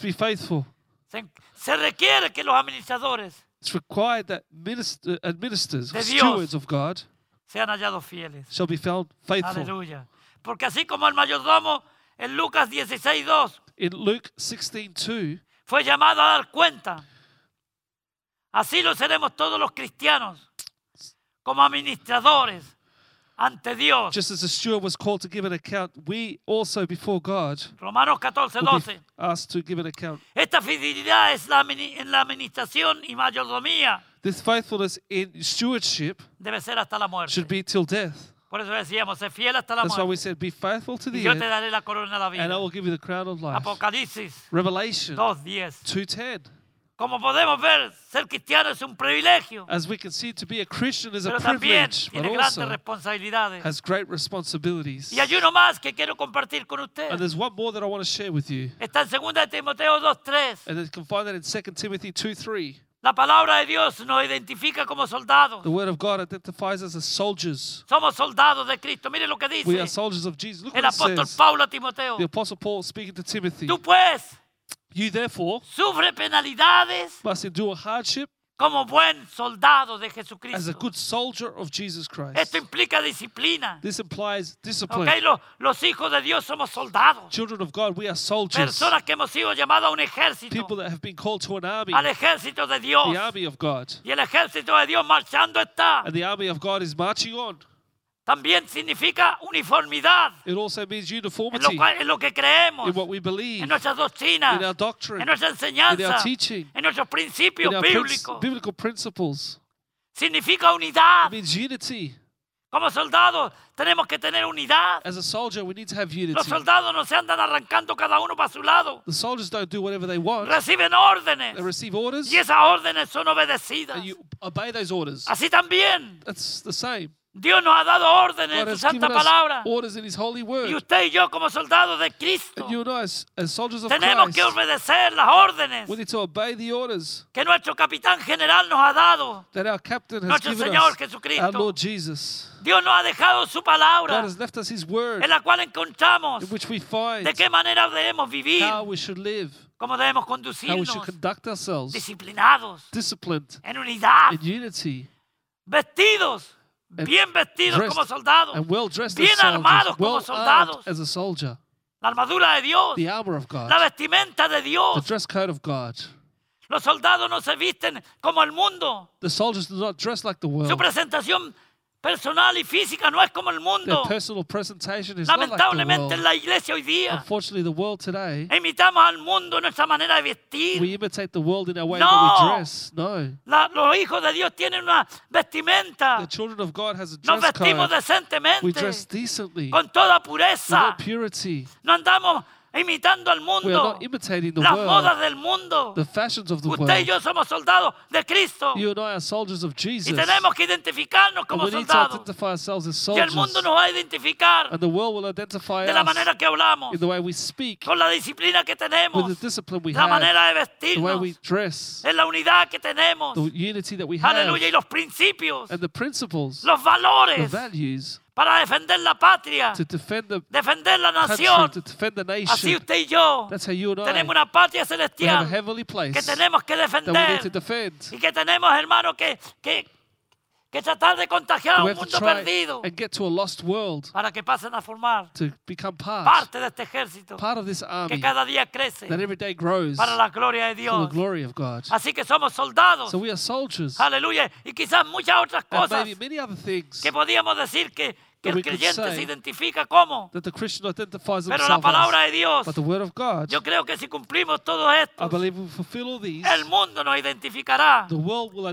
[SPEAKER 2] fieles.
[SPEAKER 3] be faithful.
[SPEAKER 2] Se, se requiere que los administradores
[SPEAKER 3] It's required that minister, uh, administers,
[SPEAKER 2] De Dios.
[SPEAKER 3] stewards of God,
[SPEAKER 2] sean hallados fieles.
[SPEAKER 3] shall be found faithful.
[SPEAKER 2] Aleluya. Porque así como el mayordomo en Lucas 16.2
[SPEAKER 3] In Luke 16:2,
[SPEAKER 2] fue llamado a dar cuenta, así lo seremos todos los cristianos como administradores ante Dios.
[SPEAKER 3] just as the steward was called to give an account, we also before God
[SPEAKER 2] Romanos
[SPEAKER 3] will be
[SPEAKER 2] 14.12.
[SPEAKER 3] asked to give an account.
[SPEAKER 2] Esta fidelidad es la, admini- en la administración y mayordomía.
[SPEAKER 3] This faithfulness in stewardship
[SPEAKER 2] Debe ser hasta la muerte.
[SPEAKER 3] should be till death.
[SPEAKER 2] Por eso decíamos, sé fiel hasta la
[SPEAKER 3] That's why
[SPEAKER 2] muerte.
[SPEAKER 3] we said, be faithful to
[SPEAKER 2] Y
[SPEAKER 3] the
[SPEAKER 2] yo te
[SPEAKER 3] end,
[SPEAKER 2] daré la corona de la
[SPEAKER 3] and I
[SPEAKER 2] vida.
[SPEAKER 3] will give you the crown of life.
[SPEAKER 2] Apocalipsis
[SPEAKER 3] Revelation
[SPEAKER 2] 2.10.
[SPEAKER 3] 2:10.
[SPEAKER 2] Como podemos ver, ser cristiano es un privilegio,
[SPEAKER 3] As we can see, to be a Christian is a
[SPEAKER 2] pero también
[SPEAKER 3] privilege, but
[SPEAKER 2] tiene grandes
[SPEAKER 3] also
[SPEAKER 2] responsabilidades.
[SPEAKER 3] has great responsibilities.
[SPEAKER 2] Y hay uno más que quiero compartir con
[SPEAKER 3] And
[SPEAKER 2] usted.
[SPEAKER 3] there's one more that I want to share with you.
[SPEAKER 2] Está en 2 de Timoteo 2.3.
[SPEAKER 3] And you can find that in 2 Timothy 2 3.
[SPEAKER 2] La palabra de Dios nos identifica como soldados.
[SPEAKER 3] The word of God identifies us as soldiers.
[SPEAKER 2] Somos soldados de Cristo. Mire lo que
[SPEAKER 3] We are
[SPEAKER 2] dice
[SPEAKER 3] soldiers of Jesus. Look
[SPEAKER 2] el
[SPEAKER 3] what it
[SPEAKER 2] apóstol
[SPEAKER 3] says.
[SPEAKER 2] Pablo a Timoteo.
[SPEAKER 3] The Apostle Paul speaking to Timothy.
[SPEAKER 2] Tú pues
[SPEAKER 3] You therefore
[SPEAKER 2] sufre penalidades
[SPEAKER 3] must endure hardship
[SPEAKER 2] como buen soldado de
[SPEAKER 3] as a
[SPEAKER 2] Jesucristo.
[SPEAKER 3] good soldier of Jesus Christ.
[SPEAKER 2] Esto implica disciplina.
[SPEAKER 3] This implies discipline.
[SPEAKER 2] Okay, lo- los hijos de Dios somos soldados.
[SPEAKER 3] Children of God, we are soldiers.
[SPEAKER 2] Personas que hemos sido llamados a un ejército.
[SPEAKER 3] People that have been called to an army,
[SPEAKER 2] Al
[SPEAKER 3] the
[SPEAKER 2] ejército de Dios.
[SPEAKER 3] army of God.
[SPEAKER 2] Y el ejército de Dios marchando está.
[SPEAKER 3] And the army of God is marching on.
[SPEAKER 2] También significa uniformidad.
[SPEAKER 3] It also means
[SPEAKER 2] En lo,
[SPEAKER 3] uniformity
[SPEAKER 2] cual- en lo que creemos.
[SPEAKER 3] in what we believe,
[SPEAKER 2] En
[SPEAKER 3] in
[SPEAKER 2] nuestras doctrinas.
[SPEAKER 3] our doctrine,
[SPEAKER 2] En nuestra
[SPEAKER 3] in our
[SPEAKER 2] enseñanza.
[SPEAKER 3] teaching,
[SPEAKER 2] En nuestros principios
[SPEAKER 3] in our princ-
[SPEAKER 2] bíblicos.
[SPEAKER 3] biblical principles.
[SPEAKER 2] Significa unidad.
[SPEAKER 3] It means unity.
[SPEAKER 2] Como soldados tenemos que tener unidad.
[SPEAKER 3] As a soldier, we need to have
[SPEAKER 2] Los
[SPEAKER 3] unity.
[SPEAKER 2] soldados no se andan arrancando cada uno para su lado.
[SPEAKER 3] The soldiers don't do whatever they want.
[SPEAKER 2] Reciben órdenes.
[SPEAKER 3] They receive orders,
[SPEAKER 2] Y esas órdenes son obedecidas.
[SPEAKER 3] and you obey those orders.
[SPEAKER 2] Así también
[SPEAKER 3] That's the same.
[SPEAKER 2] Dios nos ha dado órdenes
[SPEAKER 3] God
[SPEAKER 2] en su
[SPEAKER 3] has
[SPEAKER 2] santa
[SPEAKER 3] given us
[SPEAKER 2] palabra.
[SPEAKER 3] orders in His holy word.
[SPEAKER 2] Y usted y yo como soldados de
[SPEAKER 3] And
[SPEAKER 2] Cristo
[SPEAKER 3] you and I, as, as soldiers of
[SPEAKER 2] tenemos
[SPEAKER 3] Christ,
[SPEAKER 2] que obedecer las órdenes
[SPEAKER 3] we need to obey the orders
[SPEAKER 2] que nuestro capitán general nos ha dado.
[SPEAKER 3] that our captain has
[SPEAKER 2] Nuestro
[SPEAKER 3] given
[SPEAKER 2] Señor
[SPEAKER 3] us, our
[SPEAKER 2] Jesucristo.
[SPEAKER 3] Lord Jesus.
[SPEAKER 2] Dios nos ha dejado su
[SPEAKER 3] God
[SPEAKER 2] palabra
[SPEAKER 3] has left us His word,
[SPEAKER 2] en la cual encontramos
[SPEAKER 3] in which we find
[SPEAKER 2] de qué manera debemos vivir,
[SPEAKER 3] how we should live,
[SPEAKER 2] cómo debemos
[SPEAKER 3] how we should
[SPEAKER 2] conducirnos,
[SPEAKER 3] conduct ourselves,
[SPEAKER 2] disciplinados,
[SPEAKER 3] disciplined,
[SPEAKER 2] en unidad,
[SPEAKER 3] in unity,
[SPEAKER 2] vestidos,
[SPEAKER 3] and
[SPEAKER 2] bien vestidos como
[SPEAKER 3] dressed
[SPEAKER 2] soldados,
[SPEAKER 3] and well dressed
[SPEAKER 2] bien
[SPEAKER 3] as
[SPEAKER 2] armados
[SPEAKER 3] soldiers,
[SPEAKER 2] como
[SPEAKER 3] well armed
[SPEAKER 2] soldados.
[SPEAKER 3] as a soldier,
[SPEAKER 2] la armadura de Dios,
[SPEAKER 3] the armor of
[SPEAKER 2] la
[SPEAKER 3] God,
[SPEAKER 2] vestimenta de
[SPEAKER 3] the
[SPEAKER 2] Dios.
[SPEAKER 3] dress code of God.
[SPEAKER 2] Los soldados no se visten como el mundo.
[SPEAKER 3] The soldiers do not dress like the
[SPEAKER 2] Su
[SPEAKER 3] world.
[SPEAKER 2] presentación personal y física no es como el
[SPEAKER 3] Their
[SPEAKER 2] mundo.
[SPEAKER 3] personal presentation is not like the
[SPEAKER 2] Lamentablemente en
[SPEAKER 3] world.
[SPEAKER 2] la iglesia hoy día
[SPEAKER 3] Unfortunately, the world today,
[SPEAKER 2] imitamos al mundo en nuestra manera de vestir.
[SPEAKER 3] we imitate the world in our way that
[SPEAKER 2] No! Ah.
[SPEAKER 3] we dress. No.
[SPEAKER 2] La- los hijos de Dios tienen una vestimenta.
[SPEAKER 3] The children of God has a
[SPEAKER 2] Nos
[SPEAKER 3] dress
[SPEAKER 2] vestimos
[SPEAKER 3] code. We
[SPEAKER 2] decentemente,
[SPEAKER 3] dress decently. We
[SPEAKER 2] con toda
[SPEAKER 3] want
[SPEAKER 2] pureza.
[SPEAKER 3] purity.
[SPEAKER 2] No andamos imitando al
[SPEAKER 3] We are
[SPEAKER 2] mundo,
[SPEAKER 3] not imitating the
[SPEAKER 2] las modas
[SPEAKER 3] world,
[SPEAKER 2] del mundo.
[SPEAKER 3] the fashions of the
[SPEAKER 2] Usted y
[SPEAKER 3] world.
[SPEAKER 2] yo somos soldados de Cristo
[SPEAKER 3] You and I are soldiers of
[SPEAKER 2] y
[SPEAKER 3] Jesus.
[SPEAKER 2] tenemos que identificarnos
[SPEAKER 3] And
[SPEAKER 2] como
[SPEAKER 3] we need to
[SPEAKER 2] soldados.
[SPEAKER 3] identify ourselves as
[SPEAKER 2] Y el
[SPEAKER 3] soldiers.
[SPEAKER 2] mundo nos va a identificar
[SPEAKER 3] And the world will identify
[SPEAKER 2] de la
[SPEAKER 3] us
[SPEAKER 2] manera que hablamos,
[SPEAKER 3] in the way we speak,
[SPEAKER 2] con la disciplina que
[SPEAKER 3] with the
[SPEAKER 2] tenemos,
[SPEAKER 3] discipline we
[SPEAKER 2] la
[SPEAKER 3] have,
[SPEAKER 2] manera de
[SPEAKER 3] the way
[SPEAKER 2] vestirnos,
[SPEAKER 3] we dress,
[SPEAKER 2] en la unidad que tenemos.
[SPEAKER 3] the unity that we have,
[SPEAKER 2] Aleluya, y los principios,
[SPEAKER 3] and the principles,
[SPEAKER 2] los
[SPEAKER 3] the
[SPEAKER 2] valores
[SPEAKER 3] values
[SPEAKER 2] para defender la patria,
[SPEAKER 3] to defend the
[SPEAKER 2] defender la
[SPEAKER 3] country,
[SPEAKER 2] nación.
[SPEAKER 3] to defend the
[SPEAKER 2] Así
[SPEAKER 3] nation.
[SPEAKER 2] usted y yo
[SPEAKER 3] That's how you and
[SPEAKER 2] tenemos
[SPEAKER 3] I
[SPEAKER 2] una patria
[SPEAKER 3] we have a
[SPEAKER 2] celestial
[SPEAKER 3] heavenly place
[SPEAKER 2] que
[SPEAKER 3] that
[SPEAKER 2] tenemos que
[SPEAKER 3] we need
[SPEAKER 2] defender
[SPEAKER 3] to defend.
[SPEAKER 2] y que tenemos, hermano, que, que, que tratar de contagiar a
[SPEAKER 3] We
[SPEAKER 2] un
[SPEAKER 3] have to
[SPEAKER 2] mundo
[SPEAKER 3] try
[SPEAKER 2] perdido
[SPEAKER 3] and get to a lost world
[SPEAKER 2] para que pasen a formar
[SPEAKER 3] to become part,
[SPEAKER 2] parte de este ejército
[SPEAKER 3] part of this
[SPEAKER 2] que
[SPEAKER 3] army
[SPEAKER 2] cada día crece
[SPEAKER 3] that every day grows
[SPEAKER 2] para
[SPEAKER 3] for
[SPEAKER 2] la gloria de
[SPEAKER 3] the
[SPEAKER 2] Dios.
[SPEAKER 3] glory of God.
[SPEAKER 2] Así que somos soldados,
[SPEAKER 3] So we are soldiers,
[SPEAKER 2] aleluya, y quizás muchas otras
[SPEAKER 3] and
[SPEAKER 2] cosas
[SPEAKER 3] maybe many other things
[SPEAKER 2] que podíamos decir que, que
[SPEAKER 3] that
[SPEAKER 2] el
[SPEAKER 3] we could
[SPEAKER 2] creyente se
[SPEAKER 3] say,
[SPEAKER 2] identifica como,
[SPEAKER 3] that the Christian identifies
[SPEAKER 2] pero la
[SPEAKER 3] himself
[SPEAKER 2] palabra
[SPEAKER 3] as.
[SPEAKER 2] de Dios,
[SPEAKER 3] But the word of God,
[SPEAKER 2] yo creo que si cumplimos todo
[SPEAKER 3] I
[SPEAKER 2] esto,
[SPEAKER 3] believe, will fulfill all these.
[SPEAKER 2] el mundo nos identificará
[SPEAKER 3] The world will
[SPEAKER 2] Como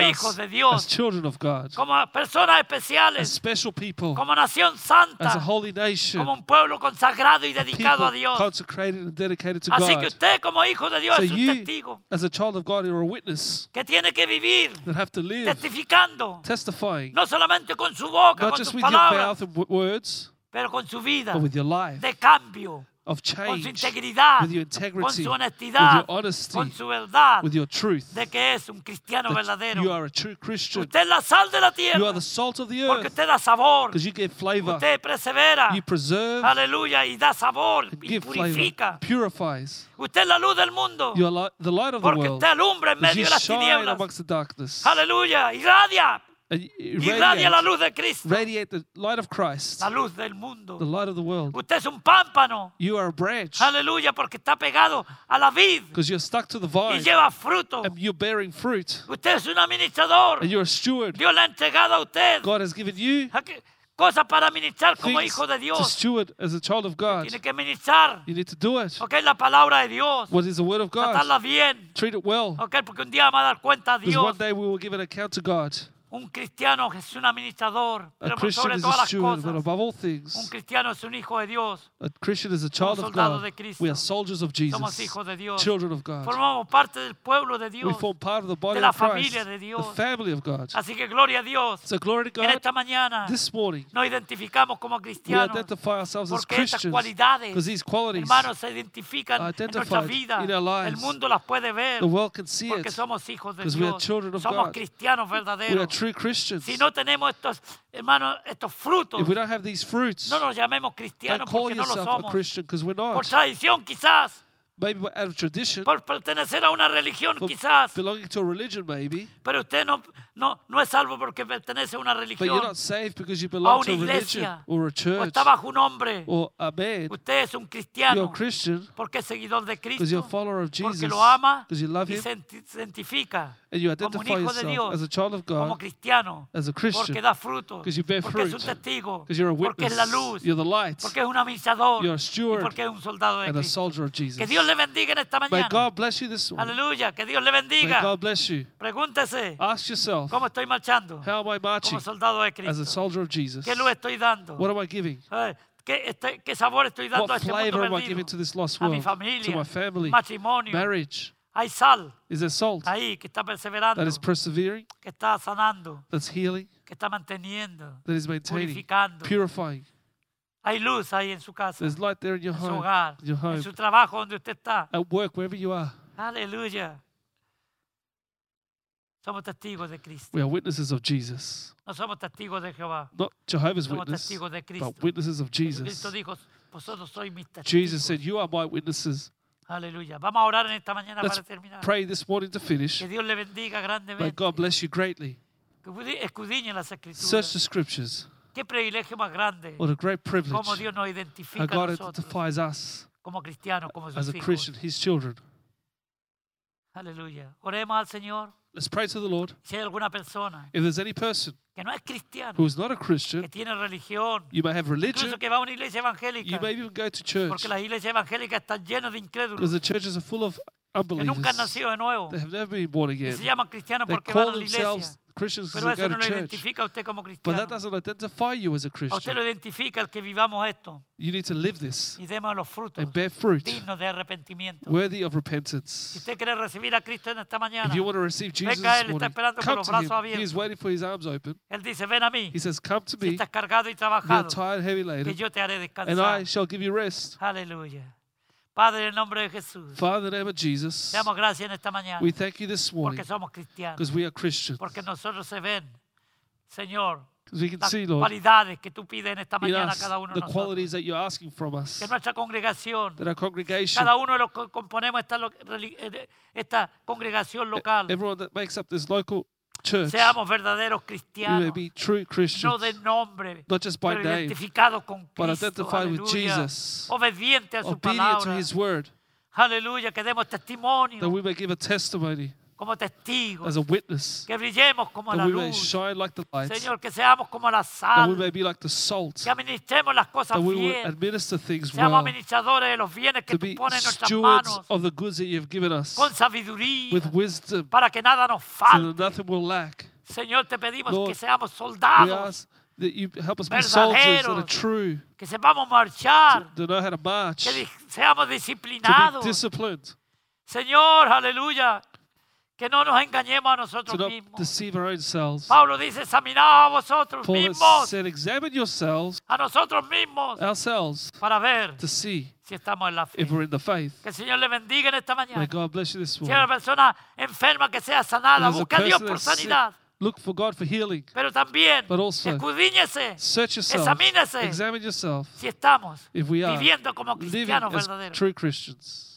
[SPEAKER 3] identify
[SPEAKER 2] hijos
[SPEAKER 3] us
[SPEAKER 2] de Dios.
[SPEAKER 3] as children of God,
[SPEAKER 2] como personas
[SPEAKER 3] as
[SPEAKER 2] especiales,
[SPEAKER 3] special people,
[SPEAKER 2] como nación
[SPEAKER 3] as a
[SPEAKER 2] santa,
[SPEAKER 3] holy nation,
[SPEAKER 2] como un pueblo consagrado y dedicado a
[SPEAKER 3] people
[SPEAKER 2] Dios.
[SPEAKER 3] consecrated and dedicated to
[SPEAKER 2] Así que
[SPEAKER 3] God.
[SPEAKER 2] usted como hijo de Dios
[SPEAKER 3] So
[SPEAKER 2] es un
[SPEAKER 3] you,
[SPEAKER 2] testigo
[SPEAKER 3] as a child of God, you're a witness
[SPEAKER 2] que tiene que vivir
[SPEAKER 3] that have to live
[SPEAKER 2] testificando,
[SPEAKER 3] testifying,
[SPEAKER 2] no solamente con su boca,
[SPEAKER 3] not
[SPEAKER 2] con
[SPEAKER 3] just
[SPEAKER 2] sus
[SPEAKER 3] with your mouth
[SPEAKER 2] palabras,
[SPEAKER 3] and w- words,
[SPEAKER 2] pero con su vida
[SPEAKER 3] but with your life
[SPEAKER 2] de cambio,
[SPEAKER 3] of
[SPEAKER 2] con su
[SPEAKER 3] change,
[SPEAKER 2] integridad,
[SPEAKER 3] with your
[SPEAKER 2] con
[SPEAKER 3] integrity,
[SPEAKER 2] su
[SPEAKER 3] with
[SPEAKER 2] honestidad,
[SPEAKER 3] your honesty,
[SPEAKER 2] con su verdad
[SPEAKER 3] with your truth.
[SPEAKER 2] de que es un cristiano
[SPEAKER 3] that You
[SPEAKER 2] verdadero.
[SPEAKER 3] are a true Christian.
[SPEAKER 2] Usted es la sal de la
[SPEAKER 3] You are
[SPEAKER 2] tierra
[SPEAKER 3] the salt of the
[SPEAKER 2] porque
[SPEAKER 3] earth
[SPEAKER 2] usted da sabor,
[SPEAKER 3] because you give flavor,
[SPEAKER 2] usted persevera,
[SPEAKER 3] you preserve,
[SPEAKER 2] aleluya, y da sabor y
[SPEAKER 3] give flavor,
[SPEAKER 2] purifica.
[SPEAKER 3] purifies.
[SPEAKER 2] Usted es la luz del mundo
[SPEAKER 3] You are li- the light of the
[SPEAKER 2] porque
[SPEAKER 3] world.
[SPEAKER 2] usted alumbra en
[SPEAKER 3] Because
[SPEAKER 2] medio
[SPEAKER 3] you
[SPEAKER 2] de las
[SPEAKER 3] shine
[SPEAKER 2] tinieblas.
[SPEAKER 3] amongst the darkness.
[SPEAKER 2] Aleluya, irradia,
[SPEAKER 3] And you
[SPEAKER 2] irradia la
[SPEAKER 3] Uh, radiate,
[SPEAKER 2] luz de Cristo,
[SPEAKER 3] radiate the light of Christ,
[SPEAKER 2] la luz del
[SPEAKER 3] the
[SPEAKER 2] mundo.
[SPEAKER 3] light of the world.
[SPEAKER 2] Usted es un pámpano,
[SPEAKER 3] You are a branch
[SPEAKER 2] aleluya, porque está pegado a la vid
[SPEAKER 3] because you're stuck to the
[SPEAKER 2] y
[SPEAKER 3] vine
[SPEAKER 2] lleva fruto.
[SPEAKER 3] and you're bearing fruit
[SPEAKER 2] Usted es un administrador.
[SPEAKER 3] and you're a steward.
[SPEAKER 2] Dios le ha entregado a usted
[SPEAKER 3] God has given you
[SPEAKER 2] a que- cosas para ministrar como
[SPEAKER 3] things
[SPEAKER 2] hijo de
[SPEAKER 3] to
[SPEAKER 2] Dios.
[SPEAKER 3] steward as a child of God.
[SPEAKER 2] Tiene que ministrar,
[SPEAKER 3] You need to do it.
[SPEAKER 2] ok, la palabra de Dios,
[SPEAKER 3] What is the word of God?
[SPEAKER 2] tratarla bien,
[SPEAKER 3] Treat it well
[SPEAKER 2] ok, porque un día va a dar cuenta a
[SPEAKER 3] because
[SPEAKER 2] Dios.
[SPEAKER 3] one day we will give an account to God.
[SPEAKER 2] Un cristiano es un administrador,
[SPEAKER 3] A
[SPEAKER 2] pero por
[SPEAKER 3] Christian
[SPEAKER 2] sobre
[SPEAKER 3] is a
[SPEAKER 2] todas las
[SPEAKER 3] steward, but
[SPEAKER 2] cosas,
[SPEAKER 3] above all
[SPEAKER 2] un
[SPEAKER 3] things,
[SPEAKER 2] cristiano es un hijo de Dios.
[SPEAKER 3] a Christian is a child of
[SPEAKER 2] soldados de
[SPEAKER 3] God.
[SPEAKER 2] Cristo.
[SPEAKER 3] We are soldiers of
[SPEAKER 2] Somos
[SPEAKER 3] Jesus,
[SPEAKER 2] hijos de Dios.
[SPEAKER 3] children of God.
[SPEAKER 2] Formamos parte del pueblo de
[SPEAKER 3] We
[SPEAKER 2] Dios.
[SPEAKER 3] form part of the body
[SPEAKER 2] la
[SPEAKER 3] of Christ,
[SPEAKER 2] familia de
[SPEAKER 3] the
[SPEAKER 2] Dios.
[SPEAKER 3] family of God.
[SPEAKER 2] Así que gloria a Dios.
[SPEAKER 3] So glory to
[SPEAKER 2] En
[SPEAKER 3] God.
[SPEAKER 2] esta mañana
[SPEAKER 3] This morning
[SPEAKER 2] nos identificamos como
[SPEAKER 3] we
[SPEAKER 2] cristianos.
[SPEAKER 3] identify ourselves as
[SPEAKER 2] Porque estas
[SPEAKER 3] Christians because
[SPEAKER 2] cualidades,
[SPEAKER 3] these qualities
[SPEAKER 2] hermanos, se identifican
[SPEAKER 3] are
[SPEAKER 2] en nuestra
[SPEAKER 3] identified
[SPEAKER 2] vida.
[SPEAKER 3] in our
[SPEAKER 2] El
[SPEAKER 3] lives.
[SPEAKER 2] mundo las puede ver
[SPEAKER 3] the world can see
[SPEAKER 2] porque
[SPEAKER 3] it.
[SPEAKER 2] somos hijos de
[SPEAKER 3] because we are
[SPEAKER 2] Dios.
[SPEAKER 3] children of
[SPEAKER 2] Somos
[SPEAKER 3] God.
[SPEAKER 2] cristianos
[SPEAKER 3] We are
[SPEAKER 2] verdaderos.
[SPEAKER 3] true Christians.
[SPEAKER 2] Si no tenemos estos, hermanos, estos frutos,
[SPEAKER 3] If we don't have these fruits,
[SPEAKER 2] no nos llamemos
[SPEAKER 3] don't
[SPEAKER 2] cristianos
[SPEAKER 3] call
[SPEAKER 2] porque no lo
[SPEAKER 3] yourself a
[SPEAKER 2] somos.
[SPEAKER 3] Christian because we're
[SPEAKER 2] Por
[SPEAKER 3] not.
[SPEAKER 2] tradición quizás,
[SPEAKER 3] Maybe we're out of tradition,
[SPEAKER 2] por pertenecer a una religión
[SPEAKER 3] for
[SPEAKER 2] quizás.
[SPEAKER 3] belonging to a religion, maybe.
[SPEAKER 2] Pero usted no, no, no es salvo porque pertenece a una
[SPEAKER 3] But you're
[SPEAKER 2] religión
[SPEAKER 3] not saved because you belong to a
[SPEAKER 2] una
[SPEAKER 3] religion
[SPEAKER 2] iglesia,
[SPEAKER 3] or a
[SPEAKER 2] o
[SPEAKER 3] church
[SPEAKER 2] está bajo un hombre.
[SPEAKER 3] or a man.
[SPEAKER 2] Usted es un
[SPEAKER 3] You're a
[SPEAKER 2] cristiano
[SPEAKER 3] Christian
[SPEAKER 2] porque es seguidor de
[SPEAKER 3] because you're
[SPEAKER 2] Cristo,
[SPEAKER 3] a follower of Jesus,
[SPEAKER 2] porque lo ama
[SPEAKER 3] because you love
[SPEAKER 2] y
[SPEAKER 3] Him,
[SPEAKER 2] se enti- se identifica
[SPEAKER 3] and you
[SPEAKER 2] como un
[SPEAKER 3] identify
[SPEAKER 2] hijo de
[SPEAKER 3] yourself as a
[SPEAKER 2] Dios,
[SPEAKER 3] child of
[SPEAKER 2] como
[SPEAKER 3] God,
[SPEAKER 2] cristiano,
[SPEAKER 3] as a
[SPEAKER 2] porque
[SPEAKER 3] Christian,
[SPEAKER 2] da fruto,
[SPEAKER 3] 'cause you bear
[SPEAKER 2] porque es un
[SPEAKER 3] fruit,
[SPEAKER 2] testigo,
[SPEAKER 3] because you're a
[SPEAKER 2] porque es
[SPEAKER 3] witness,
[SPEAKER 2] la luz,
[SPEAKER 3] you're the light,
[SPEAKER 2] porque es un administrador
[SPEAKER 3] you're a
[SPEAKER 2] y
[SPEAKER 3] steward,
[SPEAKER 2] porque es un soldado de
[SPEAKER 3] and a
[SPEAKER 2] Cristo.
[SPEAKER 3] soldier of
[SPEAKER 2] Que
[SPEAKER 3] Jesus.
[SPEAKER 2] Dios le bendiga en esta
[SPEAKER 3] May
[SPEAKER 2] mañana.
[SPEAKER 3] God bless you this morning.
[SPEAKER 2] Aleluya, que Dios le
[SPEAKER 3] May
[SPEAKER 2] bendiga.
[SPEAKER 3] God bless you.
[SPEAKER 2] Pregúntese,
[SPEAKER 3] Ask yourself,
[SPEAKER 2] ¿cómo estoy marchando
[SPEAKER 3] how am I
[SPEAKER 2] como
[SPEAKER 3] marching
[SPEAKER 2] soldado de
[SPEAKER 3] as a
[SPEAKER 2] Cristo?
[SPEAKER 3] soldier of Jesus?
[SPEAKER 2] ¿Qué luz estoy dando?
[SPEAKER 3] What am I giving?
[SPEAKER 2] Eh, ¿Qué, este- qué sabor estoy dando a
[SPEAKER 3] What
[SPEAKER 2] este mundo
[SPEAKER 3] flavor am I
[SPEAKER 2] perdido?
[SPEAKER 3] giving to this lost
[SPEAKER 2] a mi
[SPEAKER 3] world, to
[SPEAKER 2] familia,
[SPEAKER 3] my family,
[SPEAKER 2] matrimonio,
[SPEAKER 3] marriage,
[SPEAKER 2] Hay sal
[SPEAKER 3] Is there salt
[SPEAKER 2] ahí que está perseverando,
[SPEAKER 3] that is persevering,
[SPEAKER 2] que está sanando,
[SPEAKER 3] that's healing,
[SPEAKER 2] que está manteniendo.
[SPEAKER 3] that is maintaining,
[SPEAKER 2] Purificando.
[SPEAKER 3] purifying?
[SPEAKER 2] Hay luz ahí en su casa, en
[SPEAKER 3] There's light there in your
[SPEAKER 2] su
[SPEAKER 3] home,
[SPEAKER 2] hogar,
[SPEAKER 3] your
[SPEAKER 2] en
[SPEAKER 3] home,
[SPEAKER 2] su trabajo donde usted está.
[SPEAKER 3] at work, wherever you are.
[SPEAKER 2] Aleluya. Somos testigos de Cristo.
[SPEAKER 3] We are witnesses of Jesus,
[SPEAKER 2] No somos testigos de Jehová.
[SPEAKER 3] not Jehovah's
[SPEAKER 2] Somos
[SPEAKER 3] Witness,
[SPEAKER 2] testigos de Cristo.
[SPEAKER 3] but witnesses of Jesus.
[SPEAKER 2] Cristo dijo, vosotros sois mis testigos.
[SPEAKER 3] Jesus said, "You are my witnesses."
[SPEAKER 2] Aleluya. Vamos a orar en esta mañana
[SPEAKER 3] Let's
[SPEAKER 2] para terminar.
[SPEAKER 3] pray this morning to finish.
[SPEAKER 2] Que Dios le bendiga
[SPEAKER 3] May
[SPEAKER 2] grandemente.
[SPEAKER 3] God bless you greatly.
[SPEAKER 2] Que pudi- escudriñe las
[SPEAKER 3] Search
[SPEAKER 2] escrituras.
[SPEAKER 3] the scriptures.
[SPEAKER 2] Qué privilegio más grande.
[SPEAKER 3] What a great privilege!
[SPEAKER 2] Cómo Dios nos
[SPEAKER 3] How
[SPEAKER 2] identifica a
[SPEAKER 3] God
[SPEAKER 2] nosotros
[SPEAKER 3] identifies us
[SPEAKER 2] como cristianos, como
[SPEAKER 3] as
[SPEAKER 2] sus
[SPEAKER 3] a
[SPEAKER 2] hijos.
[SPEAKER 3] Christian, His children.
[SPEAKER 2] Aleluya. Oremos al Señor.
[SPEAKER 3] Let's pray to the Lord.
[SPEAKER 2] Si hay alguna persona
[SPEAKER 3] If there's any person
[SPEAKER 2] que no es cristiana,
[SPEAKER 3] who is not a
[SPEAKER 2] que
[SPEAKER 3] Christian,
[SPEAKER 2] tiene religión,
[SPEAKER 3] you may have religion,
[SPEAKER 2] incluso que va a una iglesia
[SPEAKER 3] you
[SPEAKER 2] evangélica,
[SPEAKER 3] may even go to church
[SPEAKER 2] porque las iglesias evangélicas están llenas de
[SPEAKER 3] because
[SPEAKER 2] incrédulos
[SPEAKER 3] the churches are full of
[SPEAKER 2] que nunca han
[SPEAKER 3] unbelievers.
[SPEAKER 2] nacido de nuevo.
[SPEAKER 3] They have never been born
[SPEAKER 2] Y
[SPEAKER 3] again.
[SPEAKER 2] se llaman cristianos
[SPEAKER 3] They
[SPEAKER 2] porque van a
[SPEAKER 3] call
[SPEAKER 2] la iglesia.
[SPEAKER 3] themselves Christians
[SPEAKER 2] Pero
[SPEAKER 3] because they
[SPEAKER 2] eso
[SPEAKER 3] go
[SPEAKER 2] no
[SPEAKER 3] to
[SPEAKER 2] lo
[SPEAKER 3] church,
[SPEAKER 2] identifica a usted como
[SPEAKER 3] but that
[SPEAKER 2] cristiano.
[SPEAKER 3] doesn't identify you as
[SPEAKER 2] A
[SPEAKER 3] a
[SPEAKER 2] usted
[SPEAKER 3] Christian.
[SPEAKER 2] lo identifica el que vivamos esto
[SPEAKER 3] You need to live this
[SPEAKER 2] y demos los frutos
[SPEAKER 3] and bear fruit
[SPEAKER 2] dignos de arrepentimiento.
[SPEAKER 3] worthy of
[SPEAKER 2] Si
[SPEAKER 3] repentance.
[SPEAKER 2] usted quiere recibir a Cristo en esta mañana,
[SPEAKER 3] If you want to receive Jesus
[SPEAKER 2] Venga,
[SPEAKER 3] this
[SPEAKER 2] él está
[SPEAKER 3] morning,
[SPEAKER 2] esperando con
[SPEAKER 3] come
[SPEAKER 2] los
[SPEAKER 3] to
[SPEAKER 2] brazos
[SPEAKER 3] him. He is
[SPEAKER 2] abiertos.
[SPEAKER 3] waiting for his arms open.
[SPEAKER 2] Él dice, ven a mí,
[SPEAKER 3] He says, Come
[SPEAKER 2] si
[SPEAKER 3] to me,
[SPEAKER 2] estás cargado y
[SPEAKER 3] you're
[SPEAKER 2] trabajado,
[SPEAKER 3] tired, heavy
[SPEAKER 2] que
[SPEAKER 3] laden,
[SPEAKER 2] yo te haré
[SPEAKER 3] and I
[SPEAKER 2] descansar.
[SPEAKER 3] shall give you rest.
[SPEAKER 2] Aleluya. Padre, en el nombre de Jesús, te
[SPEAKER 3] Father, in the name of Jesus,
[SPEAKER 2] damos gracias en esta mañana
[SPEAKER 3] we thank you this morning
[SPEAKER 2] porque somos cristianos,
[SPEAKER 3] because we are Christians.
[SPEAKER 2] porque nosotros se ven, Señor,
[SPEAKER 3] Because we can
[SPEAKER 2] las
[SPEAKER 3] see, Lord,
[SPEAKER 2] cualidades que tú pides en esta
[SPEAKER 3] in
[SPEAKER 2] mañana a
[SPEAKER 3] us
[SPEAKER 2] cada uno de
[SPEAKER 3] the
[SPEAKER 2] nosotros.
[SPEAKER 3] qualities that you're asking from us,
[SPEAKER 2] Que nuestra congregación,
[SPEAKER 3] that our congregation,
[SPEAKER 2] cada uno de los que componemos esta, lo- reli- eh, esta congregación local,
[SPEAKER 3] everyone that makes up this local church,
[SPEAKER 2] seamos verdaderos
[SPEAKER 3] we may
[SPEAKER 2] cristianos,
[SPEAKER 3] be true
[SPEAKER 2] no
[SPEAKER 3] Christians,
[SPEAKER 2] de nombre,
[SPEAKER 3] not just by
[SPEAKER 2] pero
[SPEAKER 3] name,
[SPEAKER 2] identificados con
[SPEAKER 3] but
[SPEAKER 2] Cristo,
[SPEAKER 3] identified with
[SPEAKER 2] aleluya,
[SPEAKER 3] Jesus,
[SPEAKER 2] obediente a su
[SPEAKER 3] obedient to
[SPEAKER 2] palabra,
[SPEAKER 3] his word,
[SPEAKER 2] aleluya, que demos
[SPEAKER 3] that
[SPEAKER 2] testimonio
[SPEAKER 3] we may give a testimony
[SPEAKER 2] como testigos,
[SPEAKER 3] as a witness,
[SPEAKER 2] que brillemos como
[SPEAKER 3] that
[SPEAKER 2] la
[SPEAKER 3] we may
[SPEAKER 2] luz,
[SPEAKER 3] shine like the light,
[SPEAKER 2] Señor, que seamos como la
[SPEAKER 3] that we
[SPEAKER 2] sal,
[SPEAKER 3] may be like the salt,
[SPEAKER 2] que administremos las cosas
[SPEAKER 3] that we will
[SPEAKER 2] bien,
[SPEAKER 3] administer things
[SPEAKER 2] seamos
[SPEAKER 3] well,
[SPEAKER 2] administradores de los bienes que
[SPEAKER 3] to
[SPEAKER 2] tú
[SPEAKER 3] be
[SPEAKER 2] pones en nuestras
[SPEAKER 3] stewards
[SPEAKER 2] manos,
[SPEAKER 3] of the goods that you've given us
[SPEAKER 2] con sabiduría,
[SPEAKER 3] with wisdom,
[SPEAKER 2] para que nada nos
[SPEAKER 3] so that
[SPEAKER 2] falte.
[SPEAKER 3] nothing will lack.
[SPEAKER 2] Señor, te pedimos que
[SPEAKER 3] Lord,
[SPEAKER 2] seamos
[SPEAKER 3] We
[SPEAKER 2] soldados,
[SPEAKER 3] ask that you help us be soldiers that are
[SPEAKER 2] Verdaderos.
[SPEAKER 3] true,
[SPEAKER 2] que sepamos marchar,
[SPEAKER 3] that know how to march,
[SPEAKER 2] que
[SPEAKER 3] to
[SPEAKER 2] di- seamos
[SPEAKER 3] be
[SPEAKER 2] disciplinados.
[SPEAKER 3] disciplined,
[SPEAKER 2] Señor, aleluya, que no nos engañemos a
[SPEAKER 3] to
[SPEAKER 2] nosotros
[SPEAKER 3] not
[SPEAKER 2] mismos.
[SPEAKER 3] deceive our own selves.
[SPEAKER 2] Pablo dice, examinaos a vosotros
[SPEAKER 3] Paul
[SPEAKER 2] mismos,
[SPEAKER 3] said, examine yourselves,
[SPEAKER 2] a nosotros mismos,
[SPEAKER 3] ourselves,
[SPEAKER 2] para ver
[SPEAKER 3] to see
[SPEAKER 2] si estamos en la fe.
[SPEAKER 3] if we're in the faith.
[SPEAKER 2] Que el Señor le bendiga en esta
[SPEAKER 3] May
[SPEAKER 2] mañana.
[SPEAKER 3] God bless you this
[SPEAKER 2] Si hay una
[SPEAKER 3] morning.
[SPEAKER 2] persona enferma que sea sanada,
[SPEAKER 3] If there's a
[SPEAKER 2] busca a Dios
[SPEAKER 3] person
[SPEAKER 2] por
[SPEAKER 3] that's sick,
[SPEAKER 2] sanidad,
[SPEAKER 3] Look for God for healing.
[SPEAKER 2] pero también
[SPEAKER 3] But also,
[SPEAKER 2] escudíñese
[SPEAKER 3] Search yourself.
[SPEAKER 2] Examínese.
[SPEAKER 3] Examine yourself
[SPEAKER 2] si estamos
[SPEAKER 3] if we are
[SPEAKER 2] viviendo como
[SPEAKER 3] living
[SPEAKER 2] cristianos
[SPEAKER 3] as
[SPEAKER 2] verdaderos.
[SPEAKER 3] true Christians.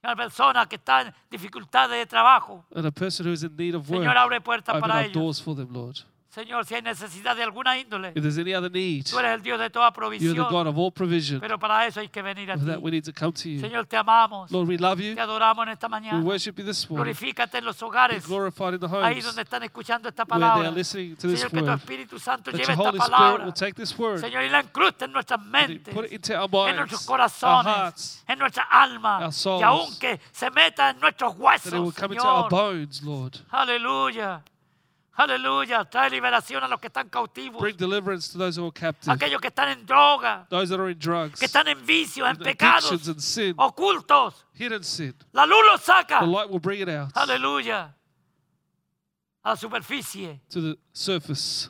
[SPEAKER 2] Una persona que está en dificultades de trabajo,
[SPEAKER 3] And a person who is in need of work,
[SPEAKER 2] Señor, abre puertas
[SPEAKER 3] open
[SPEAKER 2] para
[SPEAKER 3] up
[SPEAKER 2] ellos.
[SPEAKER 3] doors for them, Lord.
[SPEAKER 2] Señor, si hay necesidad de alguna índole,
[SPEAKER 3] If there's any other need,
[SPEAKER 2] tú eres el Dios de toda
[SPEAKER 3] you're the
[SPEAKER 2] provisión,
[SPEAKER 3] God of all provision.
[SPEAKER 2] pero para eso hay que venir a
[SPEAKER 3] For that, we
[SPEAKER 2] ti.
[SPEAKER 3] need to come to you.
[SPEAKER 2] Señor, te amamos,
[SPEAKER 3] Lord, we love you.
[SPEAKER 2] te adoramos en esta
[SPEAKER 3] We
[SPEAKER 2] mañana.
[SPEAKER 3] worship you this morning.
[SPEAKER 2] Glorifícate en los
[SPEAKER 3] Be
[SPEAKER 2] hogares,
[SPEAKER 3] glorified in the
[SPEAKER 2] ahí
[SPEAKER 3] homes.
[SPEAKER 2] donde están escuchando esta
[SPEAKER 3] where they are
[SPEAKER 2] palabra.
[SPEAKER 3] listening to this
[SPEAKER 2] Señor, que tu
[SPEAKER 3] word.
[SPEAKER 2] Espíritu Santo
[SPEAKER 3] That
[SPEAKER 2] lleve
[SPEAKER 3] your
[SPEAKER 2] esta
[SPEAKER 3] Holy Spirit
[SPEAKER 2] palabra.
[SPEAKER 3] will take this word
[SPEAKER 2] Señor, y la incruste en nuestras
[SPEAKER 3] and
[SPEAKER 2] mentes,
[SPEAKER 3] put it into our
[SPEAKER 2] en
[SPEAKER 3] minds,
[SPEAKER 2] nuestros
[SPEAKER 3] our
[SPEAKER 2] corazones,
[SPEAKER 3] hearts,
[SPEAKER 2] en nuestra alma,
[SPEAKER 3] our
[SPEAKER 2] y
[SPEAKER 3] souls.
[SPEAKER 2] aunque se meta en nuestros
[SPEAKER 3] that it will
[SPEAKER 2] huesos,
[SPEAKER 3] come into our
[SPEAKER 2] Señor.
[SPEAKER 3] bones, Lord.
[SPEAKER 2] Aleluya. Aleluya. Trae liberación a los que están cautivos.
[SPEAKER 3] Bring deliverance to those who are
[SPEAKER 2] a
[SPEAKER 3] captive,
[SPEAKER 2] Aquellos que están en droga.
[SPEAKER 3] those that are in drugs,
[SPEAKER 2] Que están en vicios, en
[SPEAKER 3] addictions
[SPEAKER 2] pecados. Oh.
[SPEAKER 3] and sin,
[SPEAKER 2] Ocultos.
[SPEAKER 3] hidden sin.
[SPEAKER 2] La luz los saca.
[SPEAKER 3] The light will bring it out
[SPEAKER 2] Aleluya. A la superficie.
[SPEAKER 3] to the surface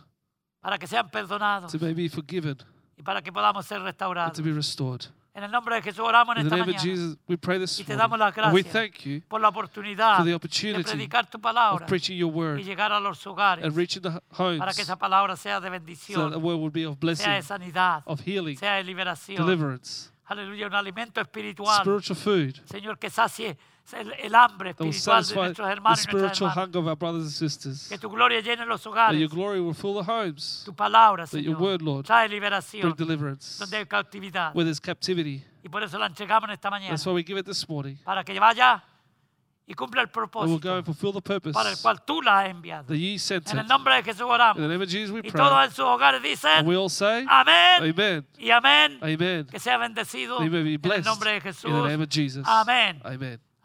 [SPEAKER 2] Para que sean perdonados.
[SPEAKER 3] to may be forgiven
[SPEAKER 2] Y para que podamos ser
[SPEAKER 3] and
[SPEAKER 2] restaurados.
[SPEAKER 3] to be restored.
[SPEAKER 2] En el nombre de Jesús oramos en
[SPEAKER 3] In the
[SPEAKER 2] esta
[SPEAKER 3] name
[SPEAKER 2] mañana.
[SPEAKER 3] of Jesus, we pray this
[SPEAKER 2] Y te damos
[SPEAKER 3] morning.
[SPEAKER 2] las
[SPEAKER 3] And we
[SPEAKER 2] gracias
[SPEAKER 3] thank you
[SPEAKER 2] Por la oportunidad
[SPEAKER 3] for the
[SPEAKER 2] de
[SPEAKER 3] opportunity
[SPEAKER 2] predicar tu
[SPEAKER 3] of
[SPEAKER 2] palabra.
[SPEAKER 3] preaching your
[SPEAKER 2] Y
[SPEAKER 3] word
[SPEAKER 2] llegar a los hogares.
[SPEAKER 3] and reaching the h-
[SPEAKER 2] Para que
[SPEAKER 3] homes
[SPEAKER 2] esa palabra sea de
[SPEAKER 3] so that the
[SPEAKER 2] bendición.
[SPEAKER 3] word will be of
[SPEAKER 2] Sea de
[SPEAKER 3] blessing,
[SPEAKER 2] sanidad.
[SPEAKER 3] of healing,
[SPEAKER 2] Sea de liberación.
[SPEAKER 3] deliverance,
[SPEAKER 2] Aleluya, un alimento espiritual.
[SPEAKER 3] spiritual food
[SPEAKER 2] Señor, que sacie el, el hambre
[SPEAKER 3] that will
[SPEAKER 2] espiritual de
[SPEAKER 3] satisfy
[SPEAKER 2] nuestros
[SPEAKER 3] the
[SPEAKER 2] hermanos y nuestras
[SPEAKER 3] spiritual
[SPEAKER 2] hermanas.
[SPEAKER 3] hunger of our brothers and sisters.
[SPEAKER 2] Que tu gloria llene los
[SPEAKER 3] That your
[SPEAKER 2] hogares.
[SPEAKER 3] glory will fill the homes,
[SPEAKER 2] Tu palabra,
[SPEAKER 3] that your
[SPEAKER 2] Señor,
[SPEAKER 3] word, Lord,
[SPEAKER 2] trae
[SPEAKER 3] bring
[SPEAKER 2] liberación
[SPEAKER 3] deliverance
[SPEAKER 2] donde hay cautividad.
[SPEAKER 3] where there's captivity.
[SPEAKER 2] Y por eso la entregamos en esta mañana.
[SPEAKER 3] That's why we give it this morning.
[SPEAKER 2] Para que vaya y cumpla el
[SPEAKER 3] And we'll go
[SPEAKER 2] propósito
[SPEAKER 3] and fulfill the purpose
[SPEAKER 2] para el
[SPEAKER 3] that
[SPEAKER 2] cual tú la has enviado.
[SPEAKER 3] ye sent
[SPEAKER 2] En
[SPEAKER 3] it.
[SPEAKER 2] el nombre de Jesús
[SPEAKER 3] In the
[SPEAKER 2] oramos.
[SPEAKER 3] name of Jesus, we
[SPEAKER 2] Y
[SPEAKER 3] pray.
[SPEAKER 2] todos en sus hogares
[SPEAKER 3] And
[SPEAKER 2] dicen
[SPEAKER 3] we all say,
[SPEAKER 2] amén
[SPEAKER 3] Amen.
[SPEAKER 2] y amén.
[SPEAKER 3] Amen.
[SPEAKER 2] Que sea bendecido
[SPEAKER 3] We may
[SPEAKER 2] en
[SPEAKER 3] be
[SPEAKER 2] el
[SPEAKER 3] blessed
[SPEAKER 2] nombre de
[SPEAKER 3] in the
[SPEAKER 2] Jesús.
[SPEAKER 3] name of Jesus.
[SPEAKER 2] Amén.
[SPEAKER 3] Amen.